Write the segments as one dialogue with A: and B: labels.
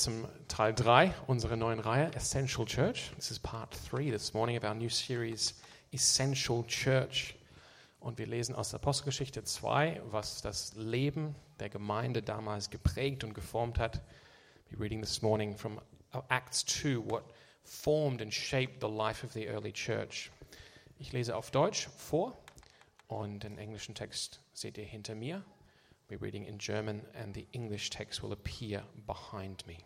A: zum Teil 3 unserer neuen Reihe Essential Church. This is part 3 this morning of our new series Essential Church. Und wir lesen aus der Apostelgeschichte 2, was das Leben der Gemeinde damals geprägt und geformt hat. We're reading this morning from Acts 2, what formed and shaped the life of the early church. Ich lese auf Deutsch vor und den englischen Text seht ihr hinter mir. We're reading in German and the English text will appear behind me.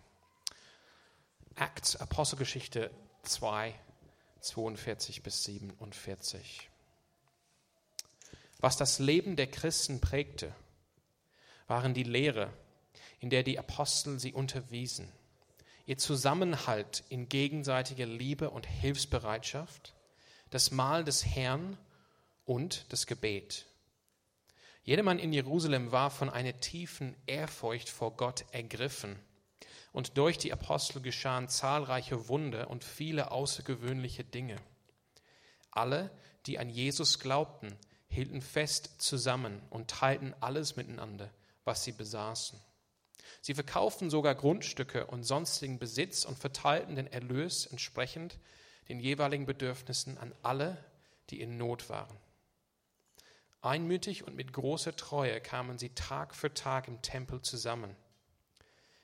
A: Acts Apostelgeschichte 2, 42 bis 47. Was das Leben der Christen prägte, waren die Lehre, in der die Apostel sie unterwiesen, ihr Zusammenhalt in gegenseitiger Liebe und Hilfsbereitschaft, das Mahl des Herrn und das Gebet. Jedermann in Jerusalem war von einer tiefen Ehrfurcht vor Gott ergriffen und durch die Apostel geschahen zahlreiche Wunder und viele außergewöhnliche Dinge. Alle, die an Jesus glaubten, hielten fest zusammen und teilten alles miteinander, was sie besaßen. Sie verkauften sogar Grundstücke und sonstigen Besitz und verteilten den Erlös entsprechend den jeweiligen Bedürfnissen an alle, die in Not waren. Einmütig und mit großer Treue kamen sie Tag für Tag im Tempel zusammen.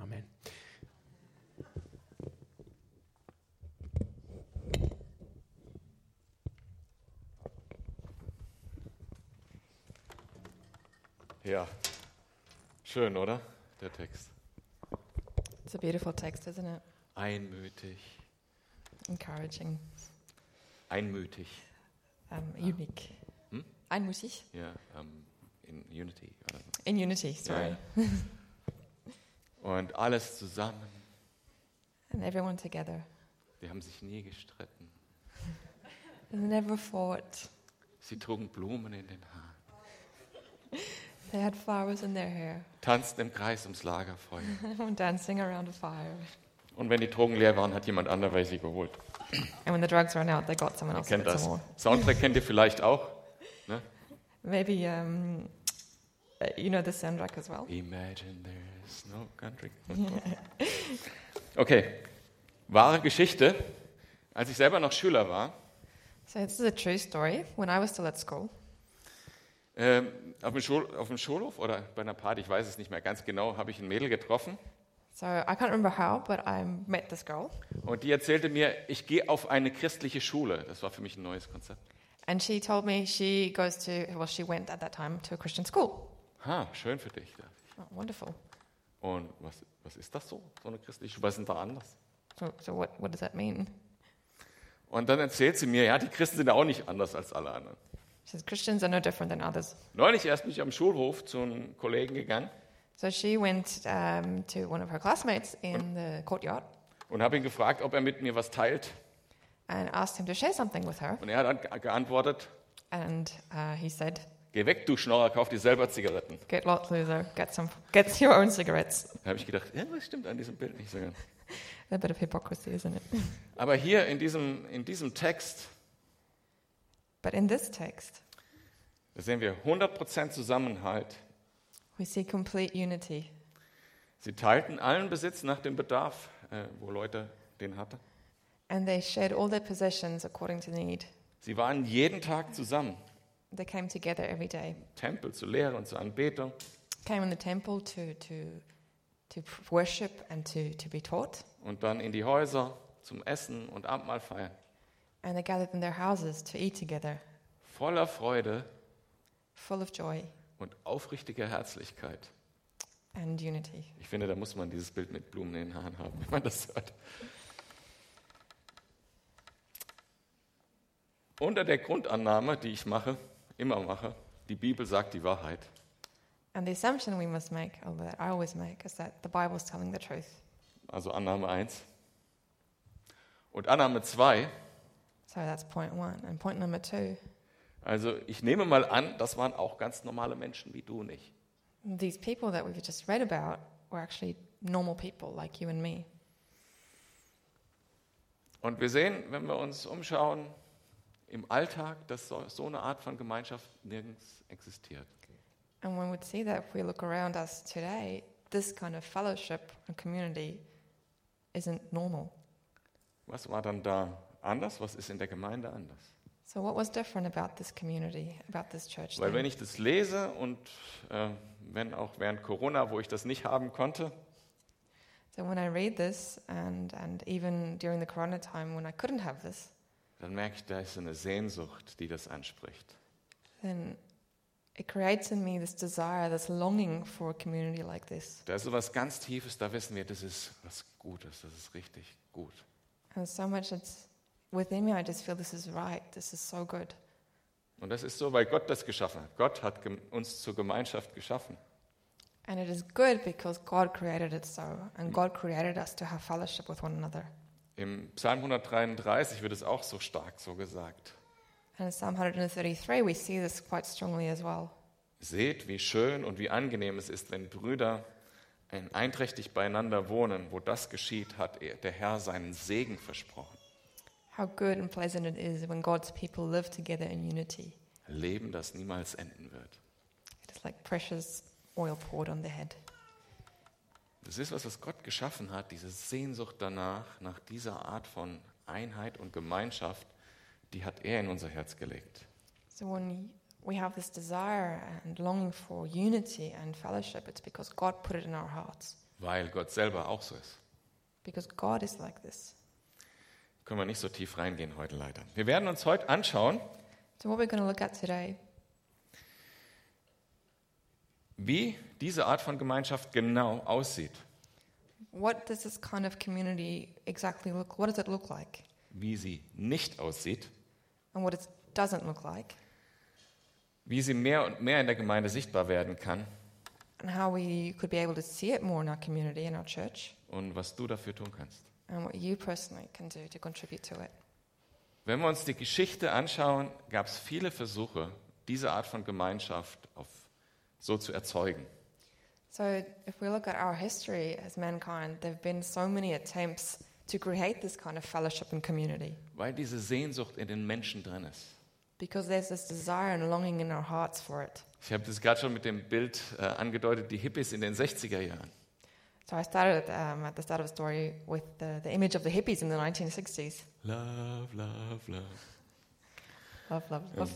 A: Amen.
B: Ja, schön, oder? Der Text.
C: It's a beautiful text, isn't it?
B: Einmütig,
C: Encouraging,
B: einmütig,
C: um, unique.
B: Hm?
C: Einmutig.
B: ja, ähm, in Unity. Oder so.
C: In unity, sorry.
B: Ja, ja. Und alles zusammen,
C: And everyone together.
B: die haben sich nie gestritten.
C: They never fought.
B: Sie trugen Blumen in den Haaren,
C: They had flowers in their hair
B: tanzten im Kreis ums Lagerfeuer.
C: and dancing around a fire.
B: Und wenn die Drogen leer waren, hat jemand anderweitig sie geholt.
C: And when the drugs ran out, they got someone
B: Ihr
C: else to
B: kennt
C: get
B: das.
C: some more.
B: Soundtrack kennt ihr vielleicht auch.
C: Maybe um, uh, you know the soundtrack as well.
B: Imagine there's no country. Okay, wahre Geschichte. Als ich selber noch Schüler war,
C: So this is a true story. When I was still at school,
B: Ähm, auf, dem Schul auf dem Schulhof oder bei einer Party, ich weiß es nicht mehr ganz genau, habe ich ein Mädel getroffen
C: so I can't remember how, but I met this girl,
B: und die erzählte mir, ich gehe auf eine christliche Schule. Das war für mich ein neues Konzept.
C: and she told me she goes to well, she went at that time to a Christian school.
B: Ha, schön für dich. dachte ich.
C: Oh, wonderful.
B: Und was, was ist das so, so eine christliche Schule? Was ist denn da anders?
C: So, so what, what does that mean?
B: Und dann erzählt sie mir, ja, die Christen sind auch nicht anders als alle anderen.
C: She says Christians are no different than others.
B: Neulich erst bin ich am Schulhof zu einem Kollegen gegangen
C: So she went um, to one of her classmates in the courtyard
B: und habe ihn gefragt, ob er mit mir was teilt.
C: and asked him to share something with her.
B: Und er hat an- geantwortet,
C: And uh, he said,
B: geh weg, du Schnorrer, kauf dir selber Zigaretten.
C: "Get lost, loser. Get some. Get your own cigarettes."
B: Da habe ich gedacht, irgendwas stimmt an diesem Bild nicht so ganz.
C: A bit of hypocrisy, isn't it?
B: Aber hier in diesem, in diesem Text
C: But in this text,
B: da sehen wir 100% Zusammenhalt.
C: we see complete unity.
B: Sie teilten allen Besitz nach dem Bedarf, äh, wo Leute den hatten.
C: And they shared all their possessions according to need.
B: Sie waren jeden Tag zusammen,
C: They came together every day.
B: Tempel zur Lehre und zur Anbetung.
C: Came in the temple to to to worship and to to be taught.
B: Und dann in die Häuser zum Essen und Abendmahl feiern.
C: And they gathered in their houses to eat together,
B: Voller Freude
C: full of joy
B: und aufrichtiger Herzlichkeit.
C: and unity.
B: Ich finde, da muss man dieses Bild mit Blumen in den Haaren haben, wenn man das hört. Unter der Grundannahme, die ich mache, immer mache, die Bibel sagt die Wahrheit.
C: And the assumption we must make, or that I always make, is that the Bible is telling the truth.
B: Also Annahme 1. Und Annahme 2,
C: So that's point one. And point number two
B: also ich nehme mal an, das waren auch ganz normale Menschen wie du nicht.
C: these people that we've just read about were actually normal people like you and me.
B: Und wir sehen, wenn wir uns umschauen, im Alltag, dass so, so eine Art von Gemeinschaft nirgends existiert.
C: And one would see that if we look around us today, this kind of fellowship and community isn't normal.
B: Was war dann da anders? Was ist in der Gemeinde anders?
C: So, what was different about this community, about this church?
B: Weil
C: then?
B: wenn ich das lese und äh, wenn auch während Corona, wo ich das nicht haben konnte,
C: So when I read this, and, and even during the corona time when I couldn't have this,
B: dann merke ich, da ist eine Sehnsucht, die das anspricht.
C: then it creates in me this desire, this longing for a community like this.
B: Da ist sowas ganz Tiefes, da wissen wir, das ist was Gutes, das ist richtig gut.
C: And so much that's within me, I just feel this is right, this is so good.
B: Und das ist so, weil Gott das geschaffen hat. Gott hat gem- uns zur Gemeinschaft geschaffen.
C: And it is good because God created it so, and God created us to have fellowship with one another.
B: Im Psalm 133 wird es auch so stark so gesagt.
C: And in Psalm 133, we see this quite strongly as well.
B: Seht, wie schön und wie angenehm es ist, wenn Brüder ein- einträchtig beieinander wohnen. Wo das geschieht, hat er- der Herr seinen Segen versprochen.
C: How good and pleasant it is when God's people live together in unity.
B: Leben, das niemals enden wird.
C: It is like precious oil poured on the head.
B: Das ist was, was Gott geschaffen hat, diese Sehnsucht danach, nach dieser Art von Einheit und Gemeinschaft, die hat er in unser Herz gelegt.
C: So when we have this desire and longing for unity and fellowship, it's because God put it in our hearts.
B: Weil Gott selber auch so ist.
C: Because God is like this.
B: Können wir nicht so tief reingehen heute leider. Wir werden uns heute anschauen,
C: So what we're going to look at today
B: wie diese Art von Gemeinschaft genau aussieht.
C: what does this kind of community exactly look what does it look like
B: Wie sie nicht aussieht.
C: and what it doesn't look like
B: Wie sie mehr und mehr in der Gemeinde sichtbar werden kann.
C: and how we could be able to see it more in our community in our church
B: Und was du dafür tun kannst.
C: and what you personally can do to contribute to it
B: Wenn wir uns die Geschichte anschauen, gab es viele Versuche, diese Art von Gemeinschaft auf, so zu erzeugen.
C: so if we look at our history as mankind there have been so many attempts to create this kind of fellowship and community
B: Weil diese Sehnsucht in den Menschen drin ist.
C: because there's this desire and longing in our hearts for it.
B: Ich habe das gerade schon mit dem Bild äh, angedeutet, die Hippies in den 60er Jahren.
C: So I started um, at the start of the story with the, the image of the hippies in the 1960s.
B: Love, love, love.
C: Love, love, love.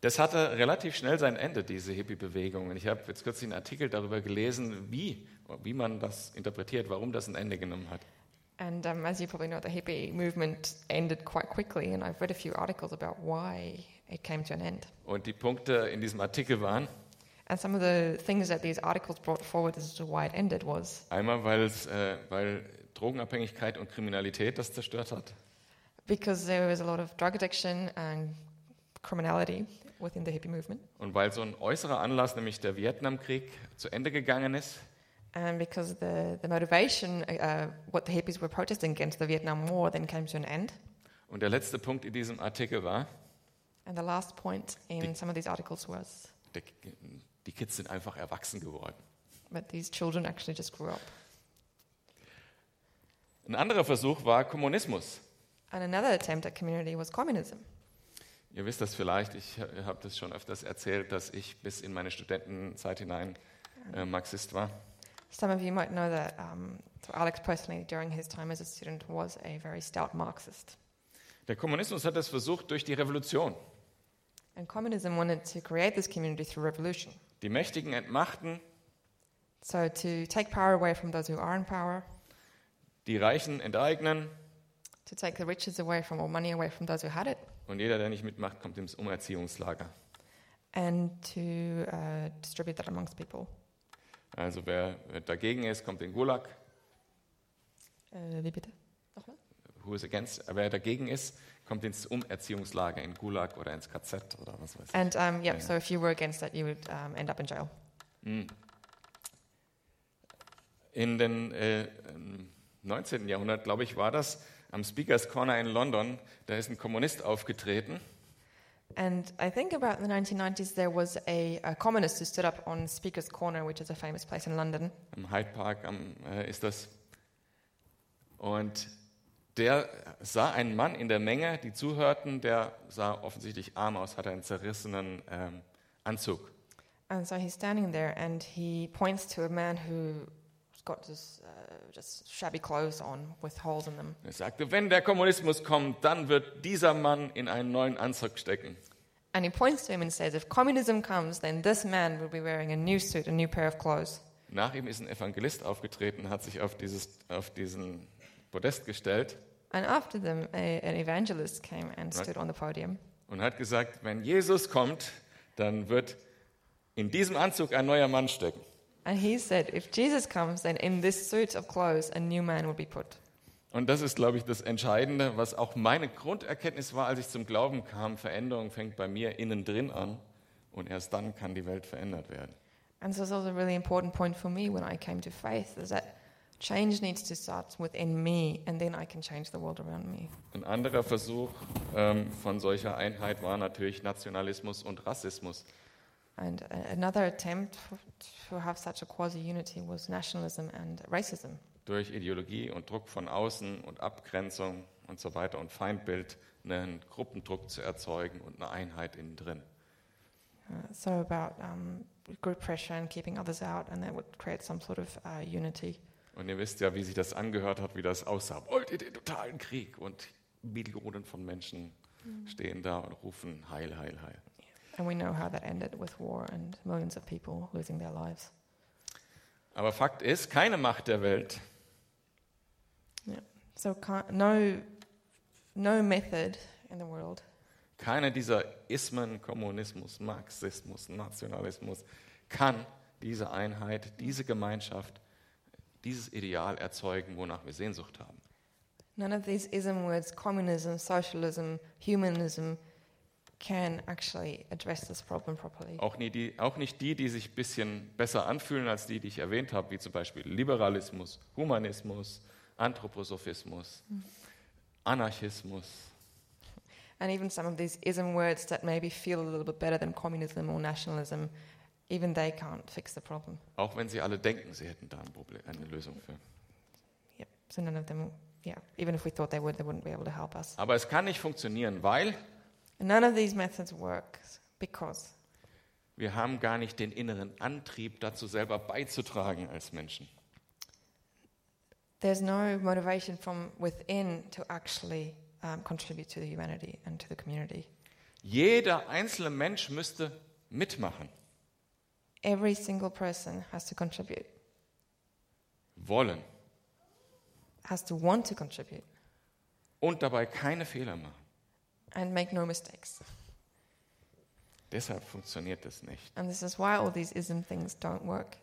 B: Das hatte relativ schnell sein Ende, diese Hippie-Bewegung. Und ich habe jetzt kürzlich einen Artikel darüber gelesen, wie, wie man das interpretiert, warum das ein Ende genommen hat.
C: And um, as you probably know, the hippie movement ended quite quickly, and I've read a few articles about why it came to an end.
B: Und die Punkte in diesem Artikel waren,
C: And some of the things that these articles brought forward as to why it ended was
B: einmal weil's, äh, weil Drogenabhängigkeit und Kriminalität das zerstört hat.
C: because there was a lot of drug addiction and criminality within the hippie movement,
B: Und weil so ein äußerer Anlass, nämlich der Vietnamkrieg, zu Ende gegangen ist.
C: and because the, the motivation, uh, what the hippies were protesting against the Vietnam War, then came to an end.
B: Und der letzte Punkt in diesem Artikel war,
C: And the last point in
B: Big-
C: some of these articles was
B: der, die Kids sind einfach erwachsen geworden.
C: that these children actually just grew up.
B: Ein anderer Versuch war Kommunismus.
C: And another attempt at community was communism.
B: Ihr wisst das vielleicht, ich habe das schon öfters erzählt, dass ich bis in meine Studentenzeit hinein äh, Marxist war.
C: Some of you might know that um, so Alex personally, during his time as a student, was a very stout Marxist.
B: Der Kommunismus hat das versucht durch die Revolution.
C: And communism wanted to create this community through revolution.
B: Die Mächtigen entmachten,
C: So to take power away from those who are in power,
B: die Reichen enteignen
C: to take the riches away from or money away from those who had it,
B: und jeder, der nicht mitmacht, kommt ins Umerziehungslager.
C: and to uh, distribute that amongst people.
B: Also wer wer dagegen ist, kommt in Gulag.
C: Uh, wie bitte? Nochmal?
B: who is against, wer dagegen ist, kommt ins Umerziehungslager, in Gulag oder ins KZ oder was weiß ich.
C: And um, yep,
B: Yeah.
C: so if you were against that, you would um, end up in jail.
B: In den äh, ähm, 19. Jahrhundert, glaube ich, war das am Speakers Corner in London. Da ist ein Kommunist aufgetreten
C: And I think about the 1990s, there was a, a communist who stood up on Speaker's Corner, which is a famous place in London.
B: im Hyde Park, am, äh, ist das. Und der sah einen Mann in der Menge, die zuhörten. Der sah offensichtlich arm aus, hatte einen zerrissenen ähm, Anzug.
C: And so he's standing there and he points to a man who's got this uh, just shabby clothes on with holes in them.
B: Er sagte, wenn der Kommunismus kommt, dann wird dieser Mann in einen neuen Anzug stecken.
C: And he points to him and says, If communism comes, then this man will be wearing a new suit, a new pair of clothes.
B: Nach ihm ist ein Evangelist aufgetreten, hat sich auf, dieses, auf diesen Podest gestellt
C: And after them, a, an evangelist came and
B: Right.
C: stood on the podium.
B: und hat gesagt, wenn Jesus kommt, dann wird in diesem Anzug ein neuer Mann stecken.
C: And he said, If Jesus comes, then in this suit of clothes, a new man will be put.
B: Und das ist, glaube ich, das Entscheidende, was auch meine Grunderkenntnis war, als ich zum Glauben kam. Veränderung fängt bei mir innen drin an und erst dann kann die Welt verändert werden.
C: And so it's also a really important point for me when I came to faith is that change needs to start within me, and then I can change the world around me.
B: Ein anderer Versuch ähm, von solcher Einheit war natürlich Nationalismus und Rassismus.
C: And a- another attempt f- to have such a quasi unity was nationalism and racism.
B: durch Ideologie und Druck von außen und Abgrenzung und so weiter und Feindbild einen Gruppendruck zu erzeugen und eine Einheit innen drin.
C: Uh, so about um, group pressure and keeping others out, and that would create some sort of uh, unity.
B: Und ihr wisst ja, wie sich das angehört hat, wie das aussah. Wollt ihr den totalen Krieg? Und Millionen von Menschen stehen da und rufen Heil, Heil, Heil.
C: And we know how that ended with war and millions of people losing their lives.
B: Aber Fakt ist, keine Macht der Welt
C: So can't, no, no method in the world
B: Keiner dieser Ismen, Kommunismus, Marxismus, Nationalismus kann diese Einheit, diese Gemeinschaft, dieses Ideal erzeugen, wonach wir Sehnsucht haben.
C: None of these ism words, communism, socialism, humanism, can actually address this problem properly.
B: Auch, nie die, auch nicht die, die sich ein bisschen besser anfühlen als die, die ich erwähnt habe, wie zum Beispiel Liberalismus, Humanismus, Anthroposophismus, Anarchismus.
C: And even some of these ism words that maybe feel a little bit better than communism or nationalism, even they can't fix the problem.
B: Auch wenn sie alle denken, sie hätten da ein Problem, eine Lösung für.
C: Yep. So none of them, yeah, even if we thought they would, they wouldn't be able to help us.
B: Aber es kann nicht funktionieren, weil
C: And none of these methods work because
B: Wir haben gar nicht den inneren Antrieb, dazu selber beizutragen als Menschen.
C: there's no motivation from within to actually um, contribute to the humanity and to the community.
B: Jeder einzelne Mensch müsste mitmachen
C: Every single person has to contribute,
B: wollen
C: has to want to contribute.
B: und dabei keine Fehler machen.
C: and make no mistakes.
B: Deshalb funktioniert das nicht.
C: And this is why all these ism things don't work.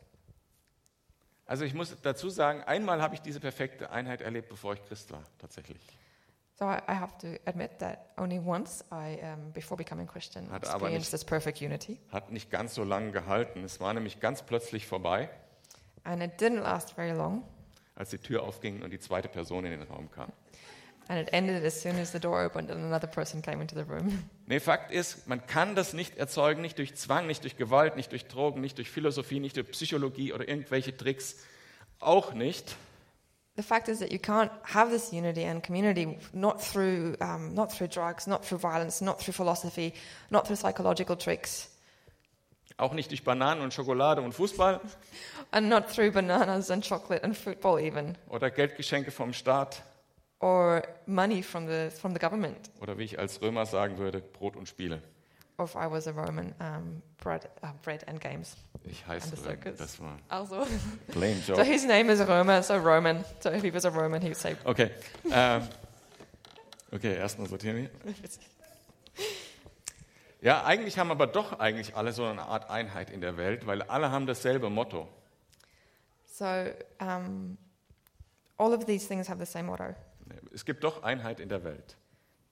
B: Also ich muss dazu sagen, einmal habe ich diese perfekte Einheit erlebt, bevor ich Christ war, tatsächlich.
C: So I, I have to admit that only once I, um, before becoming Christian,
B: Hat aber
C: experienced
B: nicht-
C: this perfect unity,
B: Hat nicht ganz so lange gehalten. Es war nämlich ganz plötzlich vorbei,
C: and it didn't last very long,
B: als die Tür aufging und die zweite Person in den Raum kam.
C: and it ended as soon as the door opened and another person came into the room.
B: Nee, Fakt ist, man kann das nicht erzeugen, nicht durch Zwang, nicht durch Gewalt, nicht durch Drogen, nicht durch Philosophie, nicht durch Psychologie oder irgendwelche Tricks. Auch nicht,
C: The fact is that you can't have this unity and community not through, um, not through drugs, not through violence, not through philosophy, not through psychological tricks,
B: auch nicht durch Bananen und Schokolade und Fußball
C: and not through bananas and chocolate and football even,
B: oder Geldgeschenke vom Staat
C: or money from the, from the government.
B: oder wie ich als Römer sagen würde, Brot und Spiele.
C: or if I was a Roman, um, bread, uh, bread and games.
B: Ich heiße
C: Anders
B: Römer,
C: Circus.
B: das war
C: Also,
B: Blame
C: so
B: Joke.
C: his name is Roma, so Roman. So if he was a Roman, he would say.
B: Okay, ähm, okay erstmal sortieren wir. Ja, eigentlich haben aber doch eigentlich alle so eine Art Einheit in der Welt, weil alle haben dasselbe Motto.
C: So um, all of these things have the same motto.
B: es gibt doch Einheit in der Welt.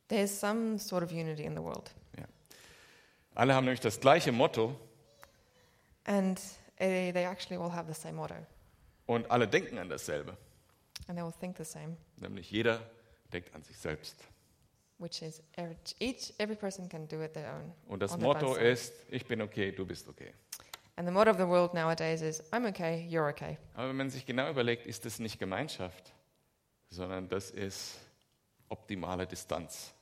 C: There's some sort of unity in the world.
B: Alle haben nämlich das gleiche Motto
C: And eh, they actually all have the same motto,
B: und alle denken an dasselbe.
C: and they all think the same,
B: Nämlich jeder denkt an sich selbst.
C: which is every, each every person can do it their own.
B: Und das
C: on their
B: Motto
C: own side.
B: ist, ich bin okay, du bist okay.
C: And the motto of the world nowadays is, "I'm okay, you're okay."
B: Aber wenn man sich genau überlegt, ist das nicht Gemeinschaft, sondern das ist optimale Distanz.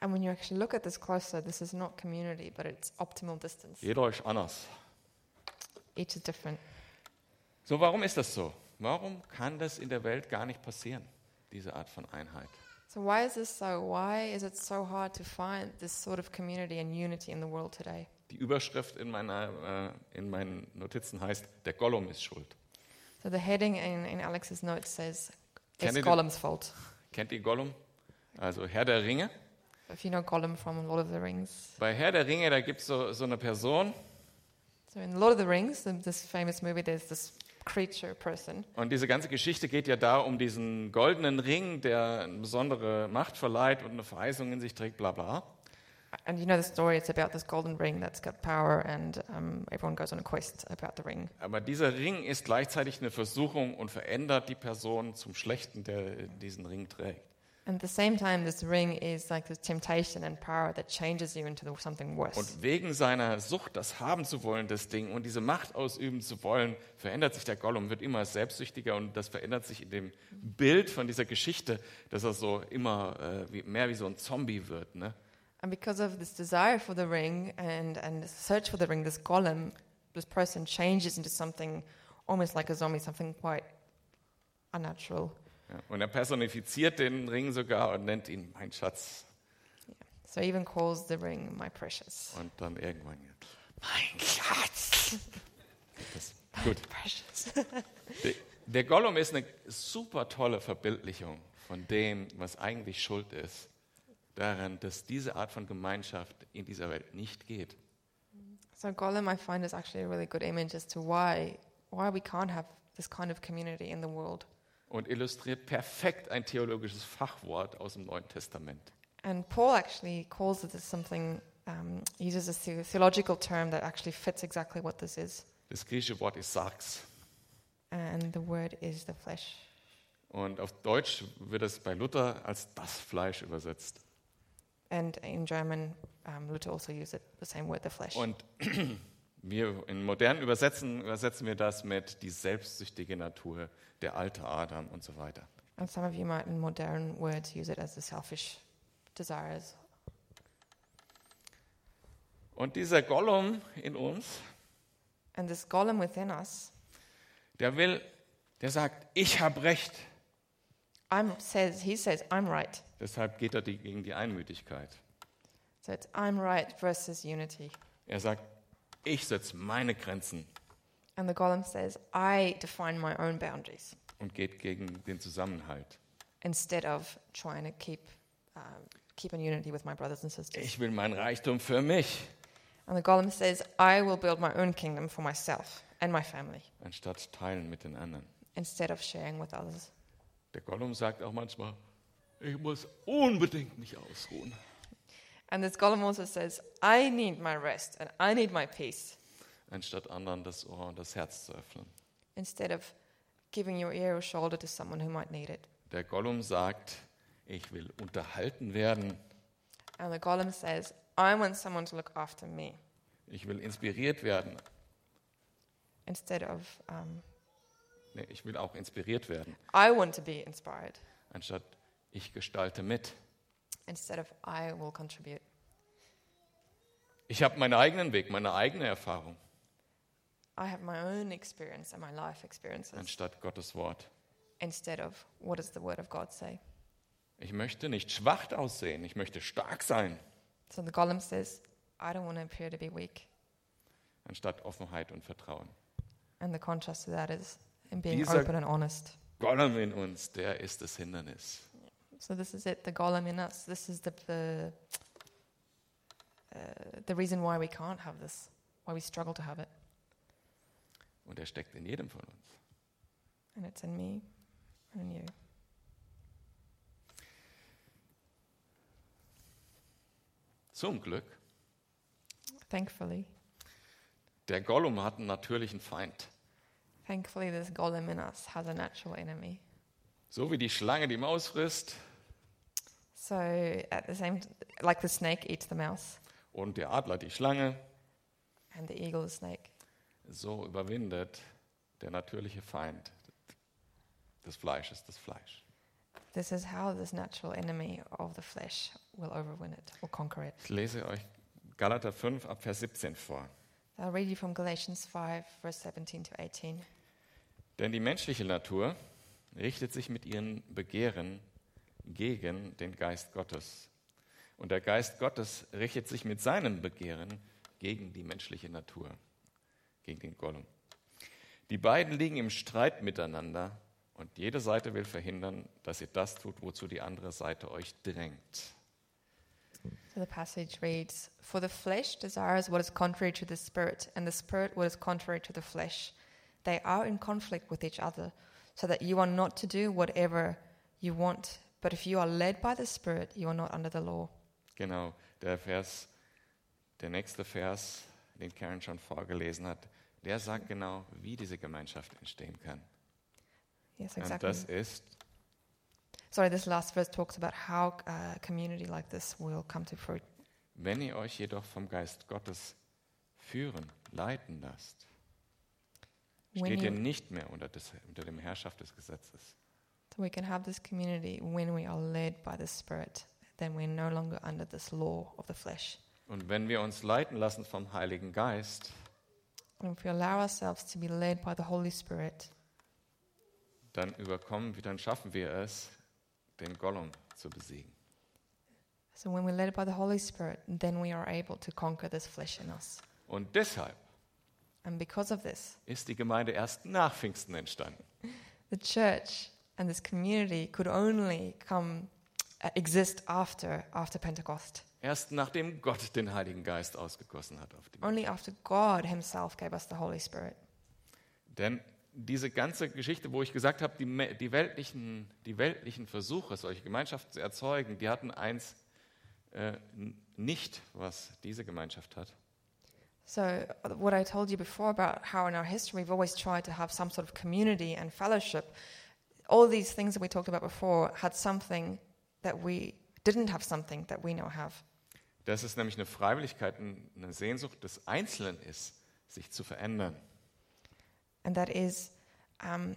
C: And when you actually look at this closer, this is not community, but it's optimal distance.
B: Jeder ist anders.
C: Each is different.
B: So, warum ist das so? Warum kann das in der Welt gar nicht passieren, diese Art von Einheit?
C: So why is this so? Why is it so hard to find this sort of community and unity in the world today?
B: Die Überschrift in, meiner, äh, in meinen Notizen heißt, der Gollum ist schuld.
C: So the heading in, in Alex's notes says, "It's
B: Candidate-
C: Gollum's fault."
B: Kennt ihr Gollum? Also Herr der Ringe.
C: If you know Gollum from Lord of the Rings,
B: Bei Herr der Ringe, da gibt es so, so eine Person
C: so in Lord of the Rings, in this famous movie, there's this creature person,
B: und diese ganze Geschichte geht ja da um diesen goldenen Ring, der eine besondere Macht verleiht und eine Verheißung in sich trägt, bla bla.
C: and you know the story. It's about this golden ring that's got power, and um, everyone goes on a quest about the ring.
B: Aber dieser Ring ist gleichzeitig eine Versuchung und verändert die Person zum Schlechten, der diesen Ring trägt.
C: And at the same time, this ring is like this temptation and power that changes you into the, something worse.
B: Und wegen seiner Sucht, das haben zu wollen, das Ding und diese Macht ausüben zu wollen, verändert sich der Gollum, wird immer selbstsüchtiger und das verändert sich in dem Bild von dieser Geschichte, dass er so immer äh, wie, mehr wie so ein Zombie wird. Ne?
C: And because of this desire for the ring and, and this search for the ring, this golem, this person changes into something almost like a zombie, something quite unnatural.
B: Ja, und er personifiziert den Ring sogar und nennt ihn mein Schatz.
C: So he even calls the ring my precious.
B: Und dann irgendwann mein Schatz. Das, gut.
C: Precious.
B: Der, der Gollum ist eine super tolle Verbildlichung von dem, was eigentlich schuld ist, daran, dass diese Art von Gemeinschaft in dieser Welt nicht geht.
C: So golem I find is actually a really good image as to why why we can't have this kind of community in the world.
B: Und illustriert perfekt ein theologisches Fachwort aus dem Neuen Testament.
C: And Paul actually calls this something um, uses a the- theological term that actually fits exactly what this is.
B: Das griechische Wort ist Sarx.
C: And the word is the flesh.
B: Und auf Deutsch wird es bei Luther als das Fleisch übersetzt.
C: And in German, um, Luther also used it, the same word, the flesh.
B: Und wir in modernen Übersetzen übersetzen wir das mit die selbstsüchtige Natur, der alte Adam und so weiter.
C: and some of you might, in modern words, use it as the selfish desires.
B: Und dieser Gollum in uns,
C: And this golem within us,
B: der will, der sagt, ich habe recht.
C: I'm says he says I'm right.
B: Deshalb geht er die, gegen die Einmütigkeit.
C: So it's I'm right versus unity.
B: Er sagt, ich setze meine Grenzen
C: And the golem says I define my own boundaries
B: und geht gegen den Zusammenhalt.
C: instead of trying to keep um, keep in unity with my brothers and sisters.
B: Ich will mein Reichtum für mich,
C: And the golem says I will build my own kingdom for myself and my family
B: anstatt teilen mit den anderen.
C: instead of sharing with others.
B: Der Gollum sagt auch manchmal, ich muss unbedingt mich ausruhen.
C: And this golem also says, I need my rest and I need my peace,
B: anstatt anderen das Ohr und das Herz zu öffnen.
C: instead of giving your ear or shoulder to someone who might need it.
B: Der Gollum sagt, ich will unterhalten werden,
C: And the golem says, I want someone to look after me,
B: ich will inspiriert werden.
C: instead of, um,
B: Nee, ich will auch inspiriert werden,
C: I want to be inspired,
B: anstatt ich gestalte mit.
C: instead of, I will contribute.
B: Ich habe meinen eigenen Weg, meine eigene Erfahrung,
C: I have my own experience and my life experiences,
B: anstatt Gottes Wort.
C: instead of, what does the word of God say?
B: Ich möchte nicht schwach aussehen, ich möchte stark sein,
C: So the golem says, I don't want to appear to be weak.
B: anstatt Offenheit und Vertrauen.
C: And the contrast to that is in being
B: These are-
C: open and honest.
B: Gollum in uns, der ist das Hindernis.
C: So this is it, the golem in us. This is the the, uh, the reason why we can't have this, why we struggle to have it,
B: Und er steckt in jedem von uns.
C: and it's in me, and in you.
B: Zum Glück,
C: Thankfully.
B: der Gollum hat einen natürlichen Feind.
C: Thankfully, this golem in us has a natural enemy.
B: So wie die Schlange die Maus frisst
C: So, at the same, t- like the snake eats the mouse
B: und der Adler die Schlange,
C: and the eagle the snake,
B: so überwindet der natürliche Feind des Fleisches das Fleisch.
C: this is how this natural enemy of the flesh will overwin it or conquer it.
B: Ich lese euch Galater 5 ab Vers 17 vor.
C: I'll read you from Galatians 5, verse 17 to 18.
B: Denn die menschliche Natur richtet sich mit ihren Begehren gegen den Geist Gottes. Und der Geist Gottes richtet sich mit seinem Begehren gegen die menschliche Natur, gegen den Gollum. Die beiden liegen im Streit miteinander und jede Seite will verhindern, dass ihr das tut, wozu die andere Seite euch drängt.
C: So the passage reads For the flesh desires what is contrary to the spirit, and the spirit what is contrary to the flesh. They are in conflict with each other, so that you are not to do whatever you want. But if you are led by the spirit, you are not under the law.
B: Genau, der Vers, der nächste Vers, den Karen schon vorgelesen hat, der sagt genau, wie diese Gemeinschaft entstehen kann.
C: Yes,
B: Und
C: exactly.
B: das ist
C: Sorry, this last verse talks about how uh, community like this will come to fruit.
B: Wenn ihr euch jedoch vom Geist Gottes führen, leiten lasst,
C: When
B: steht ihr
C: you,
B: nicht mehr unter, des, unter dem Herrschaft des Gesetzes.
C: we can have this community when we are led by the spirit, then we're no longer under this law of the flesh.
B: Und wenn wir uns leiten lassen vom Heiligen Geist,
C: And if we allow ourselves to be led by the Holy Spirit,
B: dann überkommen wir, dann schaffen wir es, den Gollum zu besiegen.
C: So when we're led by the Holy Spirit, then we are able to conquer this flesh in us.
B: Und deshalb
C: And because of this,
B: ist die Gemeinde erst nach Pfingsten entstanden.
C: the church and this community could only come uh, exist after after Pentecost.
B: Erst nachdem Gott den Heiligen Geist ausgegossen hat auf die Menschen.
C: Only after God himself gave us the Holy Spirit.
B: Denn diese ganze Geschichte, wo ich gesagt habe, die, me- die, weltlichen, die weltlichen Versuche, solche Gemeinschaften zu erzeugen, die hatten eins äh, n- nicht, was diese Gemeinschaft hat.
C: So uh, what I told you before about how in our history we've always tried to have some sort of community and fellowship, all these things that we talked about before had something that we didn't have something that we now have.
B: Dass es nämlich eine Freiwilligkeit, n- eine Sehnsucht des Einzelnen ist, sich zu verändern.
C: and that is um,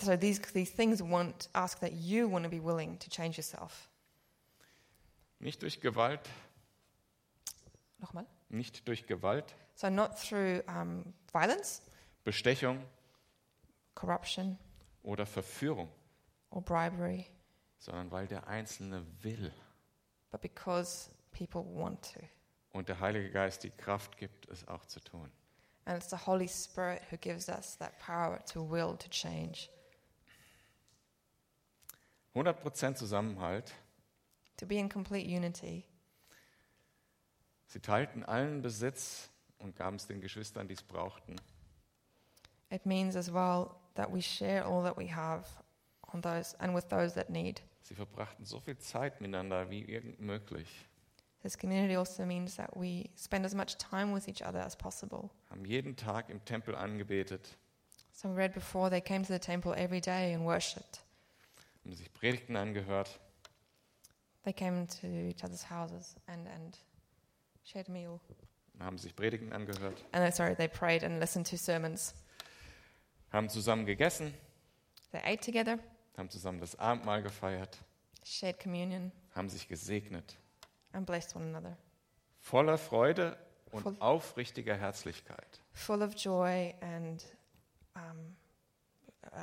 C: so these these things want ask that you want to be willing to change yourself
B: Nicht durch Gewalt,
C: Nochmal.
B: nicht durch Gewalt,
C: so not through um, violence
B: Bestechung
C: corruption
B: oder Verführung,
C: or bribery
B: sondern weil der Einzelne will
C: but because people want to
B: und der Heilige Geist die Kraft gibt, es auch zu tun.
C: and it's the holy spirit who gives us that power to will to change
B: 100% Zusammenhalt
C: to be in complete unity
B: Sie teilten allen Besitz und gaben es den Geschwistern, die es brauchten.
C: it means as well that we share all that we have on those and with those that need
B: Sie verbrachten so viel Zeit miteinander wie irgend möglich,
C: this community also means that we spend as much time with each other as possible
B: haben jeden Tag im Tempel angebetet,
C: So we read before they came to the temple every day and worshipped.
B: haben sich Predigten angehört,
C: They came to each other's houses and, and shared a meal.
B: haben sich Predigten angehört,
C: And then, sorry, they prayed and listened to sermons.
B: haben zusammen gegessen,
C: They ate together,
B: haben zusammen das Abendmahl gefeiert,
C: shared communion,
B: haben sich gesegnet,
C: and blessed one another.
B: voller Freude und
C: Voll-
B: aufrichtiger Herzlichkeit.
C: Full of joy and um, uh,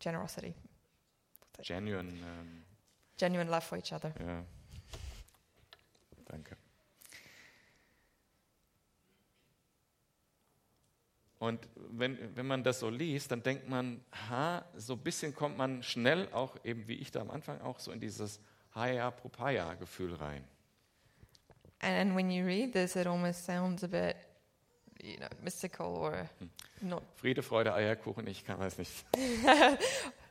C: generosity,
B: Genuine. Ähm,
C: genuine love for each other.
B: Ja. Danke. Und wenn, wenn man das so liest, dann denkt man, ha, so ein bisschen kommt man schnell auch, eben wie ich da am Anfang auch, so in dieses Haya Propaya Gefühl rein.
C: And, and when you read this, it almost sounds a bit, you know, mystical or not
B: Friede, Freude, Eierkuchen, ich kann das nicht.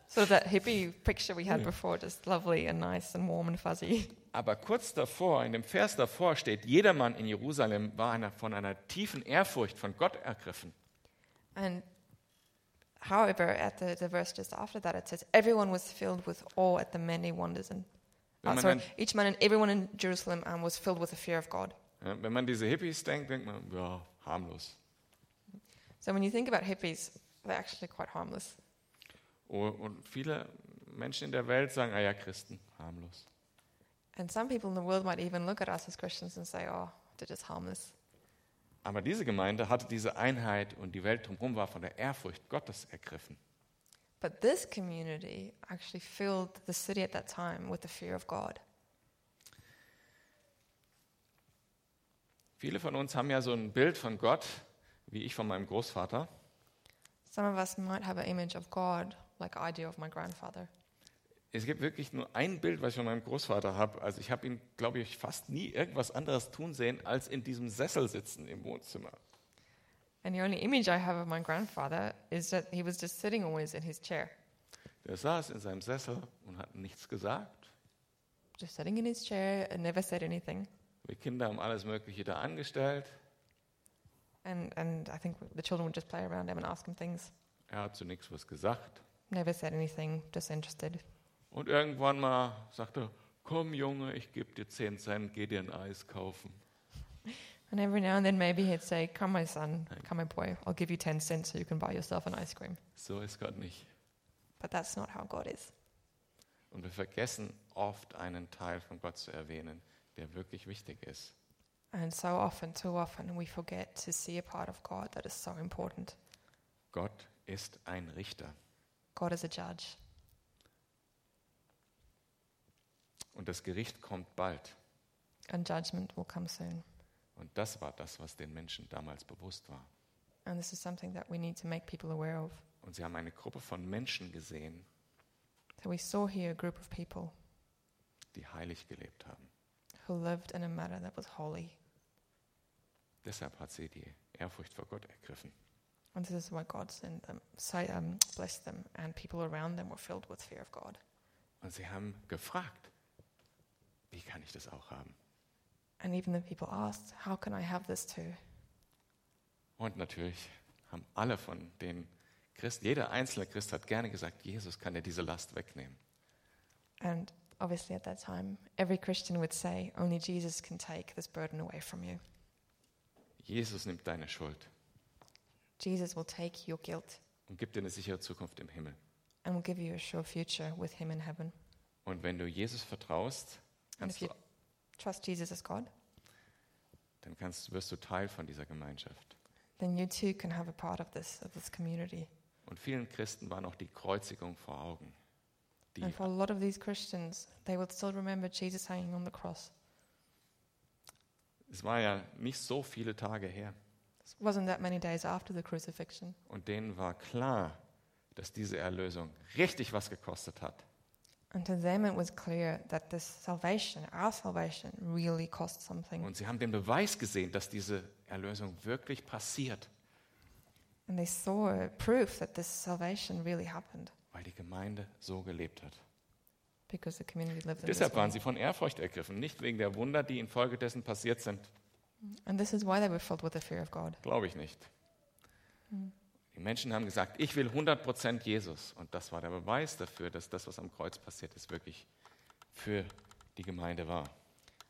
C: Sort of that hippie picture we had before, just lovely and nice and warm and fuzzy.
B: Aber kurz davor, in dem Vers davor steht, jedermann in Jerusalem war einer, von einer tiefen Ehrfurcht von Gott ergriffen.
C: And however, at the, the verse just after that, it says, Everyone was filled with awe at the many wonders. And
B: Wenn
C: oh,
B: man
C: sorry,
B: dann-
C: each man and everyone in Jerusalem um, was filled with the fear of God.
B: Ja, Wenn man diese Hippies denkt, denkt man, ja, harmlos.
C: So when you think about hippies, they're actually quite harmless.
B: O- Oh, Und viele Menschen in der Welt sagen, ah ja, Christen, harmlos.
C: And some people in the world might even look at us as Christians and say, oh, they're just harmless.
B: Aber diese Gemeinde hatte diese Einheit und die Welt drumherum war von der Ehrfurcht Gottes ergriffen.
C: But this community actually filled the city at that time with the fear of God.
B: Viele von uns haben ja so ein Bild von Gott, wie ich von meinem Großvater.
C: Some of us might have an image of God like I do of my grandfather.
B: Es gibt wirklich nur ein Bild, was ich von meinem Großvater habe. Also ich habe ihn, glaube ich, fast nie irgendwas anderes tun sehen, als in diesem Sessel sitzen im Wohnzimmer.
C: And the only image I have of my grandfather is that he was just sitting always in his chair,
B: Der saß in seinem Sessel und hat nichts gesagt.
C: just sitting in his chair and never said anything.
B: Wir Kinder haben alles Mögliche da angestellt.
C: And, and I think the children would just play around him and ask him things.
B: Er hat zunächst was gesagt.
C: Never said anything, just interested.
B: Und irgendwann mal sagte er, komm Junge, ich gebe dir 10 Cent, geh dir ein Eis kaufen.
C: And every now and then maybe he'd say, Come, my son, come, my boy, I'll give you 10 cents so you can buy yourself an ice cream.
B: So ist Gott nicht.
C: But that's not how God is.
B: Und wir vergessen oft einen Teil von Gott zu erwähnen, der wirklich wichtig ist.
C: And so often, too often, we forget to see a part of God that is so important.
B: Gott ist ein Richter.
C: God is a judge,
B: Und das Gericht kommt bald.
C: and judgment will come soon.
B: Und das war das, was den Menschen damals bewusst war.
C: And this is something that we need to make people aware of.
B: Und sie haben eine Gruppe von Menschen gesehen,
C: So we saw here a group of people
B: die heilig gelebt haben.
C: who lived in a manner that was holy.
B: Deshalb hat sie die Ehrfurcht vor Gott ergriffen.
C: And this is why God sent them, so, um, blessed them, and people around them were filled with fear of God.
B: Und sie haben gefragt, wie kann ich das auch haben?
C: And even the people asked, How can I have this too?
B: Und natürlich haben alle von den Christen, jeder einzelne Christ hat gerne gesagt, Jesus kann dir diese Last wegnehmen.
C: And obviously, at that time, every Christian would say, Only Jesus can take this burden away from you.
B: Jesus nimmt deine Schuld
C: Jesus will take your guilt
B: und gibt dir eine sichere Zukunft im Himmel.
C: and will give you a sure future with Him in heaven.
B: Und wenn du Jesus vertraust,
C: And
B: kannst
C: if you
B: du,
C: trust Jesus as God,
B: dann kannst, wirst du Teil von dieser Gemeinschaft.
C: then you too can have a part of this of this community.
B: Und vielen Christen war noch die Kreuzigung vor Augen, die
C: And for a lot of these Christians, they will still remember Jesus hanging on the cross.
B: Es war ja nicht so viele Tage her.
C: It wasn't that many days after the crucifixion,
B: Und denen war klar, dass diese Erlösung richtig was gekostet hat.
C: and to them it was clear that this salvation, our salvation, really cost something.
B: Und sie haben den Beweis gesehen, dass diese Erlösung wirklich passiert,
C: And they saw a proof that this salvation really happened
B: weil die Gemeinde so gelebt hat.
C: because the community lived in this
B: Deshalb waren
C: way.
B: sie von Ehrfurcht ergriffen, nicht wegen der Wunder, die infolgedessen passiert sind.
C: And this is why they were filled with the fear of God.
B: Glaube ich nicht. Die Menschen haben gesagt, ich will 100% Jesus. Und das war der Beweis dafür, dass das, was am Kreuz passiert ist, wirklich für die Gemeinde war.